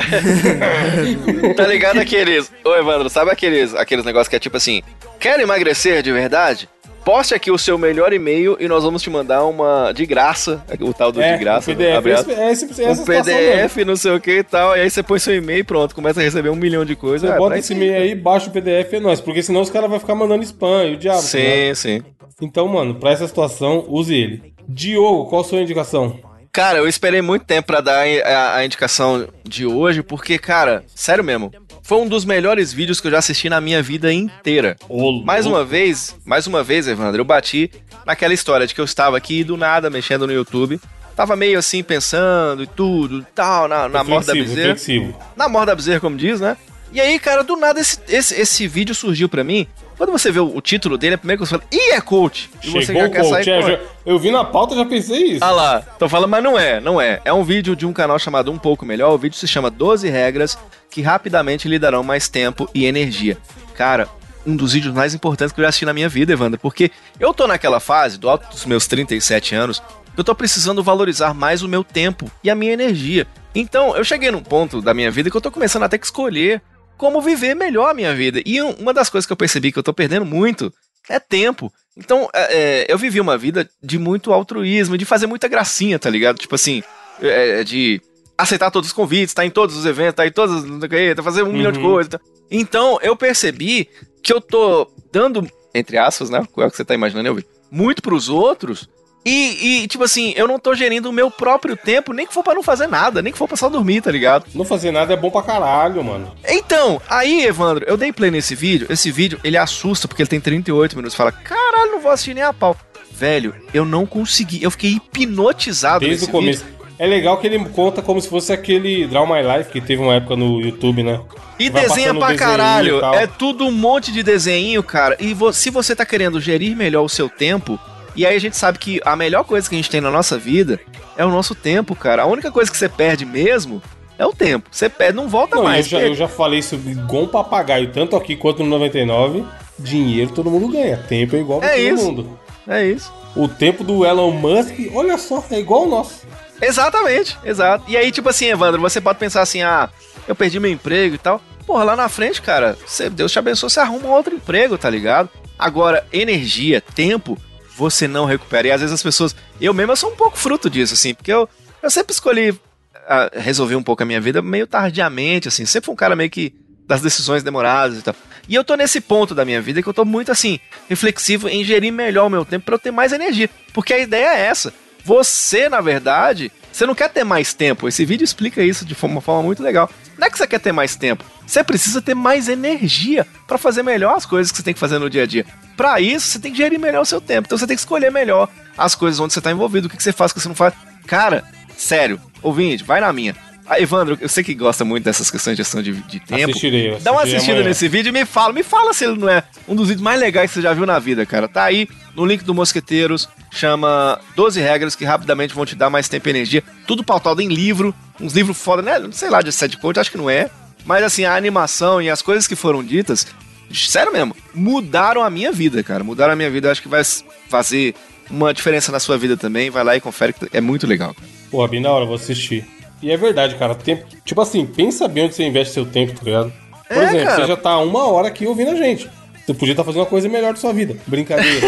E: Tá ligado aqueles. Ô, Evandro, sabe aqueles, aqueles negócios que é tipo assim: quer emagrecer de verdade? Poste aqui o seu melhor e-mail e nós vamos te mandar uma de graça. O tal do de graça.
B: o PDF.
E: abre aspas.
B: Esse, é esse- é essa
E: um
B: situação mesmo.
E: PDF, não sei o que e tal. E aí você põe seu e-mail e pronto, começa a receber um milhão de coisas.
B: Você
E: Ah,
B: É, bota
E: pra
B: esse
E: isso-
B: e-mail aí, baixa o PDF e é nóis. Porque senão os caras vão ficar mandando spam e o diabo. né?
E: Sim, sim.
B: Então, mano, pra essa situação, use ele. Diogo, qual a sua indicação?
E: Cara, eu esperei muito tempo pra dar a, a indicação de hoje, porque, cara, sério mesmo, foi um dos melhores vídeos que eu já assisti na minha vida inteira. Mais uma vez, mais uma vez, Evandro, eu bati naquela história de que eu estava aqui do nada mexendo no YouTube. Tava meio assim pensando e tudo, e tal, na, na morda da
B: Reflexivo,
E: bezerra.
B: reflexivo.
E: na morda da bezerra, como diz, né? E aí, cara, do nada esse, esse, esse vídeo surgiu pra mim. Quando você vê o, o título dele, é primeiro que você fala, ih, é coach! E você
B: Chegou o coach. É,
E: correndo.
B: já- eu vi na pauta e já pensei isso.
E: Ah lá, tô falando, mas não é, não é. É um vídeo de um canal chamado Um Pouco Melhor. O vídeo se chama 12 Regras que rapidamente lhe darão mais tempo e energia. Cara, um dos vídeos mais importantes que eu já assisti na minha vida, Evandro, porque eu tô naquela fase, do alto dos meus 37 anos, que eu tô precisando valorizar mais o meu tempo e a minha energia. Então, eu cheguei num ponto da minha vida que eu tô começando até que escolher como viver melhor a minha vida. E um- uma das coisas que eu percebi que eu tô perdendo muito é tempo. Então, é, é, eu vivi uma vida de muito altruísmo, de fazer muita gracinha, tá ligado? Tipo assim, é, é, de aceitar todos os convites, tá em todos os eventos, tá em todas, não sei o quê, tá fazendo um milhão de coisas. tá? Então, eu percebi que eu tô dando, entre aspas, né? Qual é o que você tá imaginando, eu vi? Muito pros outros. E, e, tipo assim, eu não tô gerindo o meu próprio tempo, nem que for pra não fazer nada, nem que for pra só dormir, tá ligado?
B: Não fazer nada é bom pra caralho, mano.
E: Então, aí, Evandro, eu dei play nesse vídeo. Esse vídeo, ele assusta, porque ele tem 38 minutos. Fala, caralho, não vou assistir nem a pau. Velho, eu não consegui. Eu fiquei hipnotizado
B: Desde
E: nesse
B: o começo. É legal que ele conta como se fosse aquele Draw My Life que teve uma época no YouTube, né?
E: E
B: Vai
E: desenha
B: passando
E: pra
B: desenho e
E: caralho.
B: tal.
E: É tudo um monte de desenho, cara. E vo- se você tá querendo gerir melhor o seu tempo, e aí a gente sabe que a melhor coisa que a gente tem na nossa vida é o nosso tempo, cara. A única coisa que você perde mesmo é o tempo. Você perde, não é- volta
B: Não,
E: mais.
B: eu, já, eu já falei isso igual um papagaio, tanto aqui quanto no 99. Dinheiro todo mundo ganha, tempo é igual pra
E: É
B: todo
E: isso.
B: mundo.
E: É isso.
B: O tempo do Elon Musk, olha só, é igual o nosso.
E: Exatamente, exato. E aí, tipo assim, Evandro, você pode pensar assim, ah, eu perdi meu emprego e tal. Porra, lá na frente, cara, você- Deus te abençoe, você arruma um outro emprego, tá ligado? Agora, energia, tempo, você não recupera. E às vezes as pessoas. Eu mesmo eu sou um pouco fruto disso, assim, porque eu, eu sempre escolhi ah, resolver um pouco a minha vida meio tardiamente, assim. Sempre fui um cara meio que das decisões demoradas e tal. E eu tô nesse ponto da minha vida que eu tô muito, assim, reflexivo em gerir melhor o meu tempo pra eu ter mais energia. Porque a ideia é essa. Você, na verdade, você não quer ter mais tempo. Esse vídeo explica isso de uma forma muito legal. Não é que você quer ter mais tempo. Você precisa ter mais energia pra fazer melhor as coisas que você tem que fazer no dia a dia. Pra isso, você tem que gerir melhor o seu tempo. Então você tem que escolher melhor as coisas onde você tá envolvido, o que, que você faz, o que você não faz. Cara, sério, ouvinte, vai na minha. Ah, Evandro, eu sei que gosta muito dessas questões de gestão de, de tempo.
B: Assistirei, eu
E: Dá uma
B: assistirei
E: assistida
B: amanhã.
E: nesse vídeo e me fala, me fala se ele não é um dos vídeos mais legais que você já viu na vida, cara. Tá aí no link do Mosqueteiros, chama 12 regras que rapidamente vão te dar mais tempo e energia. Tudo pautado em livro, uns livros foda, né? Não sei lá, de sete coach, acho que não é. Mas assim, a animação e as coisas que foram ditas, sério mesmo, mudaram a minha vida, cara. Mudaram a minha vida, acho que vai s- fazer uma diferença na sua vida também. Vai lá e confere que é muito legal.
B: Porra, bem na hora, eu vou assistir. E é verdade, cara. Tempo, tipo assim, pensa bem onde você investe seu tempo, tá ligado? Por
E: É,
B: exemplo,
E: cara.
B: você já tá uma hora aqui ouvindo a gente. Você podia estar fazendo uma coisa melhor da sua vida.
E: [LAUGHS]
B: Brincadeira.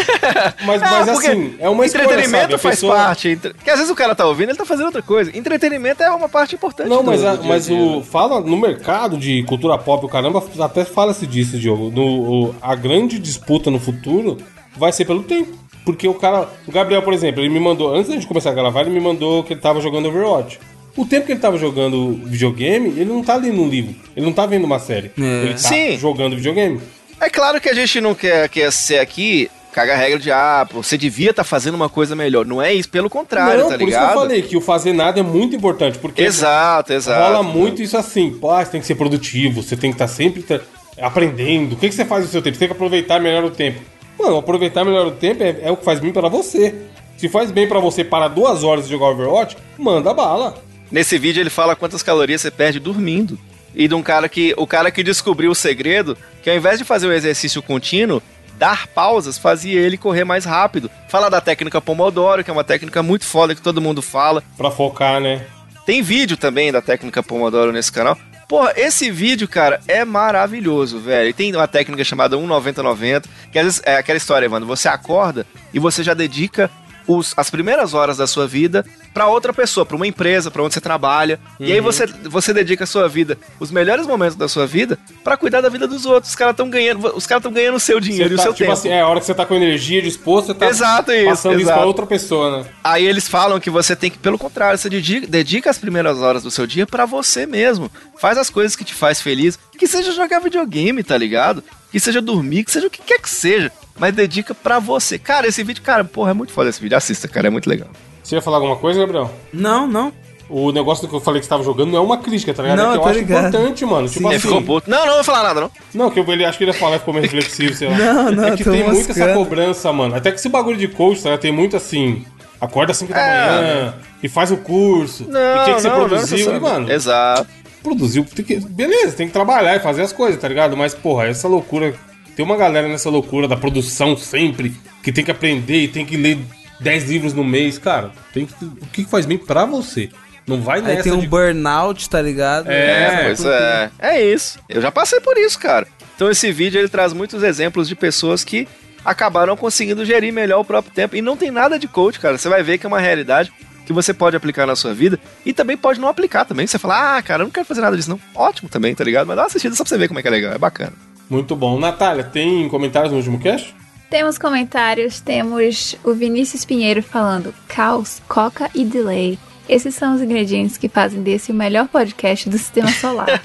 B: Mas, mas
E: Ah, porque
B: assim, é uma escolha,
E: Entretenimento
B: sabe? A
E: faz
B: pessoa-
E: parte. Entre... Porque às vezes o cara tá ouvindo, ele tá fazendo outra coisa. Entretenimento é uma parte importante.
B: Não,
E: do-
B: mas, a-
E: do dia a
B: mas
E: dia,
B: o.
E: né?
B: Fala no mercado de cultura pop, o caramba, até fala-se disso, Diogo. No, o- a grande disputa no futuro vai ser pelo tempo. Porque o cara. O Gabriel, por exemplo, ele me mandou. Antes da gente começar a gravar, ele me mandou que ele tava jogando Overwatch. O tempo que ele tava jogando videogame, ele não tá lendo um livro. Ele não tá vendo uma série. Ele tá
E: Sim.
B: jogando videogame.
E: É claro que a gente não quer, quer ser aqui, caga a regra de, ah, pô, você devia estar fazendo uma coisa melhor. Não é isso, pelo contrário,
B: não, por
E: tá
B: isso que
E: ligado?
B: eu falei que o fazer nada é muito importante. Porque
E: Exato, exato.
B: Rola muito isso assim, pô, ah, você tem que ser produtivo, você tem que estar sempre tra- aprendendo. O que, que você faz no seu tempo? Você tem que aproveitar melhor o tempo. Mano, aproveitar melhor o tempo é, é o que faz bem pra você. Se faz bem pra você parar duas horas de jogar Overwatch, manda bala.
E: Nesse vídeo ele fala quantas calorias você perde dormindo. E de um cara que. O cara que descobriu o segredo, que ao invés de fazer o exercício contínuo, dar pausas fazia ele correr mais rápido. Fala da técnica Pomodoro, que é uma técnica muito foda que todo mundo fala.
B: Pra focar, né?
E: Tem vídeo também da técnica Pomodoro nesse canal. Porra, esse vídeo, cara, é maravilhoso, velho. E tem uma técnica chamada 19090, que às vezes é aquela história, mano. Você acorda e você já dedica os- as primeiras horas da sua vida pra outra pessoa, pra uma empresa, pra onde você trabalha. E
B: Uhum.
E: aí você, você dedica a sua vida, os melhores momentos da sua vida, pra cuidar da vida dos outros. Os caras estão ganhando, os caras estão ganhando o seu dinheiro
B: Você
E: e
B: tá,
E: o seu
B: tipo
E: tempo.
B: assim, é a hora que você tá com energia, disposto, você tá
E: Exato, isso,
B: passando isso pra
E: exato.
B: outra pessoa, né?
E: Aí eles falam que você tem que, pelo contrário, você dedica, dedica as primeiras horas do seu dia pra você mesmo. Faz as coisas que te faz feliz, que seja jogar videogame, tá ligado? Que seja dormir, que seja o que quer que seja, mas dedica pra você. Cara, esse vídeo, cara, porra, é muito foda esse vídeo. Assista, cara, é muito legal.
B: Você ia falar alguma coisa, Gabriel?
C: Não, não.
B: O negócio do que eu falei que você tava jogando não é uma crítica, tá ligado?
C: Não,
B: é que eu
C: eu tô
B: acho
C: ligado.
B: importante, mano. Tipo
C: Sim.
E: Ele
B: assim,
E: ficou puto. Não, não vou falar nada, não.
B: Não, que eu, ele acho que ele ia falar ficou meio reflexivo, sei lá.
C: Não, não,
B: é que
C: tô
B: tem muito
C: moscando.
B: essa cobrança, mano. Até que esse bagulho de coach, tá? Tem muito assim. Acorda às 5 da
E: É.
B: manhã e faz o curso. e
E: Não,
B: tinha que ser
E: não, não
B: produzido. E,
E: necessariamente.
B: mano,
E: Exato.
B: produziu. Tem que, beleza, tem que trabalhar e fazer as coisas, tá ligado? Mas, porra, essa loucura Tem uma galera nessa loucura da produção sempre, que tem que aprender e tem que ler 10 livros no mês. Cara, tem que, o que faz bem pra você? Não vai nessa
C: Aí tem um
B: de-
C: burnout, tá ligado?
B: É,
E: pois é. É isso. Eu já passei por isso, cara. Então esse vídeo ele traz muitos exemplos de pessoas que acabaram conseguindo gerir melhor o próprio tempo e não tem nada de coach, cara. Você vai ver que é uma realidade que você pode aplicar na sua vida e também pode não aplicar também. Você fala: "Ah, cara, eu não quero fazer nada disso não". Ótimo também, tá ligado? Mas dá uma assistida só pra você ver como é que é legal, é bacana.
B: Muito bom. Natália, tem comentários no último cast?
D: Temos comentários, temos o Vinícius Pinheiro falando caos, coca e delay. Esses são os ingredientes que fazem desse o melhor podcast do Sistema Solar.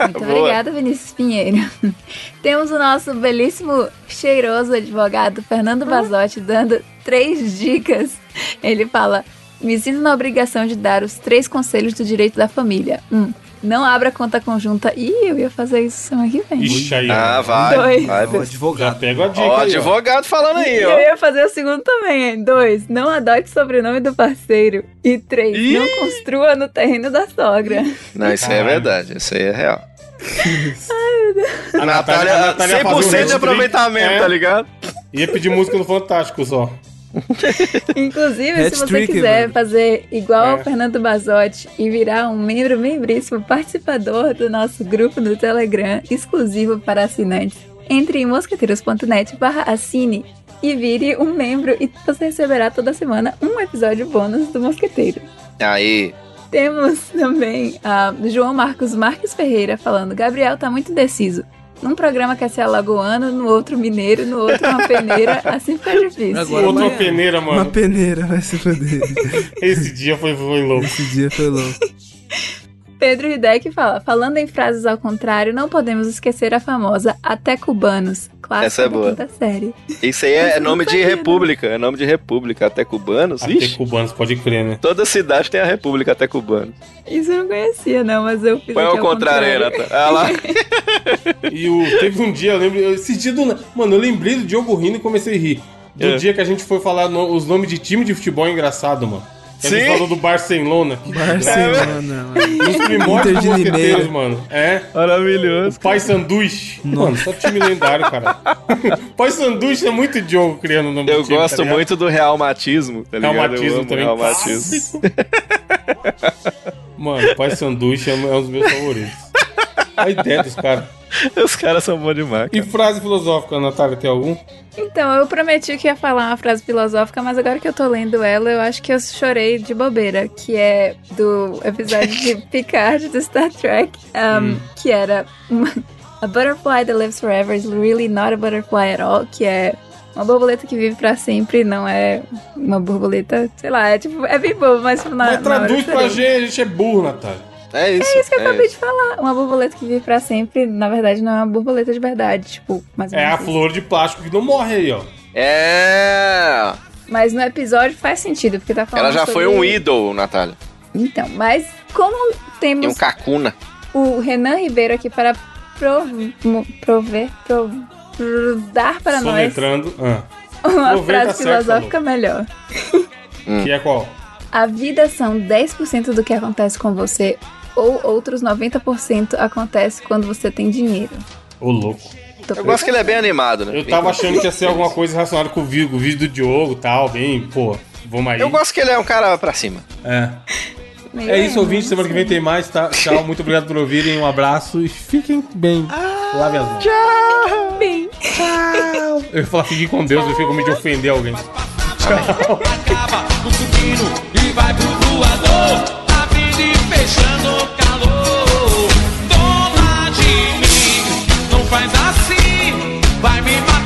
D: Muito
E: Boa.
D: obrigada, Vinícius Pinheiro. [LAUGHS] Temos o nosso belíssimo, cheiroso advogado Fernando Basotti dando três dicas. Ele fala: Me sinto na obrigação de dar os três conselhos do direito da família. Um, não abra conta conjunta. Ih, eu ia fazer isso semana que vem.
B: Ixi, aí. ó.
E: Ah, vai.
D: Dois.
E: Vai.
C: O
B: Já
C: advogado.
B: pega a dica.
E: Ó,
B: aí, ó.
E: advogado falando aí,
D: Eu
E: ó.
D: ia fazer o segundo também. hein? Dois, não adote o sobrenome do parceiro. E três,
E: Ih!
D: não construa no terreno da sogra.
E: Não, isso aí é verdade, isso aí é real.
B: A Natália, a Natália ia fazer um
E: 100% de
B: hat-trick,
E: aproveitamento,
B: é,
E: tá ligado?
B: Ia pedir música no Fantástico só.
D: Inclusive, se você
C: Hat-trick,
D: quiser
C: mano.
D: fazer igual ao
B: É.
D: Fernando Bazotti e virar um membro membríssimo participador do nosso grupo no Telegram, exclusivo para assinantes, entre em mosqueteiros.net barra assine e vire um membro e você receberá toda semana um episódio bônus do Mosqueteiro.
E: Aí,
D: Temos também a João Marcos Marques Ferreira falando: Gabriel tá muito indeciso. Num programa quer ser alagoano, no outro mineiro, no outro uma peneira, assim fica difícil.
C: Agora
B: Outra
C: amanhã.
B: peneira, mano.
C: Uma peneira vai se foder.
B: Esse dia foi, foi louco.
C: Esse dia foi louco.
D: Pedro Hideck fala: falando em frases ao contrário, não podemos esquecer a famosa Até Cubanos, clássica
E: Essa é
D: da
E: boa.
D: quinta série.
E: isso aí é
D: Isso
E: nome
D: não
E: de
D: sabia, né?
E: república, é nome de república, até cubanos. Ixi.
B: Até cubanos, pode crer, né?
E: Toda cidade tem a República até cubana.
D: Isso eu não conhecia, não, mas eu fiz.
E: Põe
D: aqui
E: ao é contrário aí, Natan. Ah
D: [LAUGHS]
E: lá.
B: E o, teve um dia, eu lembro, eu- esse dia do. Mano, eu lembrei do Diogo rindo e comecei a rir. Do
E: É.
B: dia que a gente foi falar no- os nomes de time de futebol é engraçado, mano. Que A
E: Sim.
B: gente falou do
C: [LAUGHS]
B: Barcelona.
C: Barcelona, mano.
B: Nos primórdios
C: Inter
B: dos
C: de
B: mosqueteiros,
C: Limeira.
B: mano. É.
E: Maravilhoso.
B: Pai Sanduíche. Mano, só time lendário, cara. [LAUGHS] Pai Sanduíche é muito Diogo criando o nome do
E: Eu
B: time, tá
E: gosto
B: ligado?
E: muito do realmatismo, tá ligado? Eu
B: Reumatismo
E: amo
B: também. [LAUGHS]
E: Realmatismo.
B: Mano, pai sanduíche é um é um dos meus favoritos. A ideia dos caras.
E: Os caras são bons demais.
B: E frase filosófica, Natália, tem algum?
D: Então, eu prometi que ia falar uma frase filosófica, mas agora que eu tô lendo ela, eu acho que eu chorei de bobeira, que é do episódio
B: [LAUGHS]
D: de Picard do Star Trek, um,
B: Hum.
D: que era uma- A butterfly that lives forever is really not a butterfly at all, que é uma borboleta que vive pra sempre, não é uma borboleta, sei lá, é tipo, é bem bobo, mas tipo, na,
B: Mas
D: na hora eu
B: traduz pra
D: chorei.
B: gente, a gente é burro, Natália.
E: É isso.
D: É isso que eu acabei de falar. Uma borboleta que vive pra sempre, na verdade, não é uma borboleta de verdade, tipo, mais ou
B: É a
D: menos isso.
B: flor de plástico que não morre aí, ó.
E: É.
D: Mas no episódio faz sentido, porque tá falando
E: Ela já
D: sobre-
E: foi um ídolo, Natália.
D: Então, mas como
E: E um
D: temos
E: cacuna.
D: o Renan Ribeiro aqui para prov- mo- prover, prov- pr- dar para nós
B: Soletrando. Ah,
D: [LAUGHS] uma
B: Prover tá
D: frase
B: certo,
D: filosófica melhor.
E: Hum.
B: Que é qual?
D: A vida são 10% do que acontece com você ou outros 90% acontece quando você tem dinheiro.
B: Ô, louco.
D: Tô
E: Eu gosto que ele é bem animado, né?
B: Eu tava achando que ia ser alguma coisa relacionada com o vídeo, o vídeo do Diogo e tal, bem, pô, vamos aí.
E: Eu gosto que ele é um cara pra cima.
B: É,
D: meio-
B: é isso, ouvinte. Semana que vem tem mais, tá? Tchau, muito obrigado por ouvirem. Um abraço e fiquem bem. Lave as mãos.
D: Bem.
B: Eu ia falar, fiquem com Deus, eu fico com medo de ofender alguém.
H: acaba no supino e vai pro doador. Tá vindo e fechando o calor. Dona de mim, não faz assim, vai me matar. é é assim, é assim. é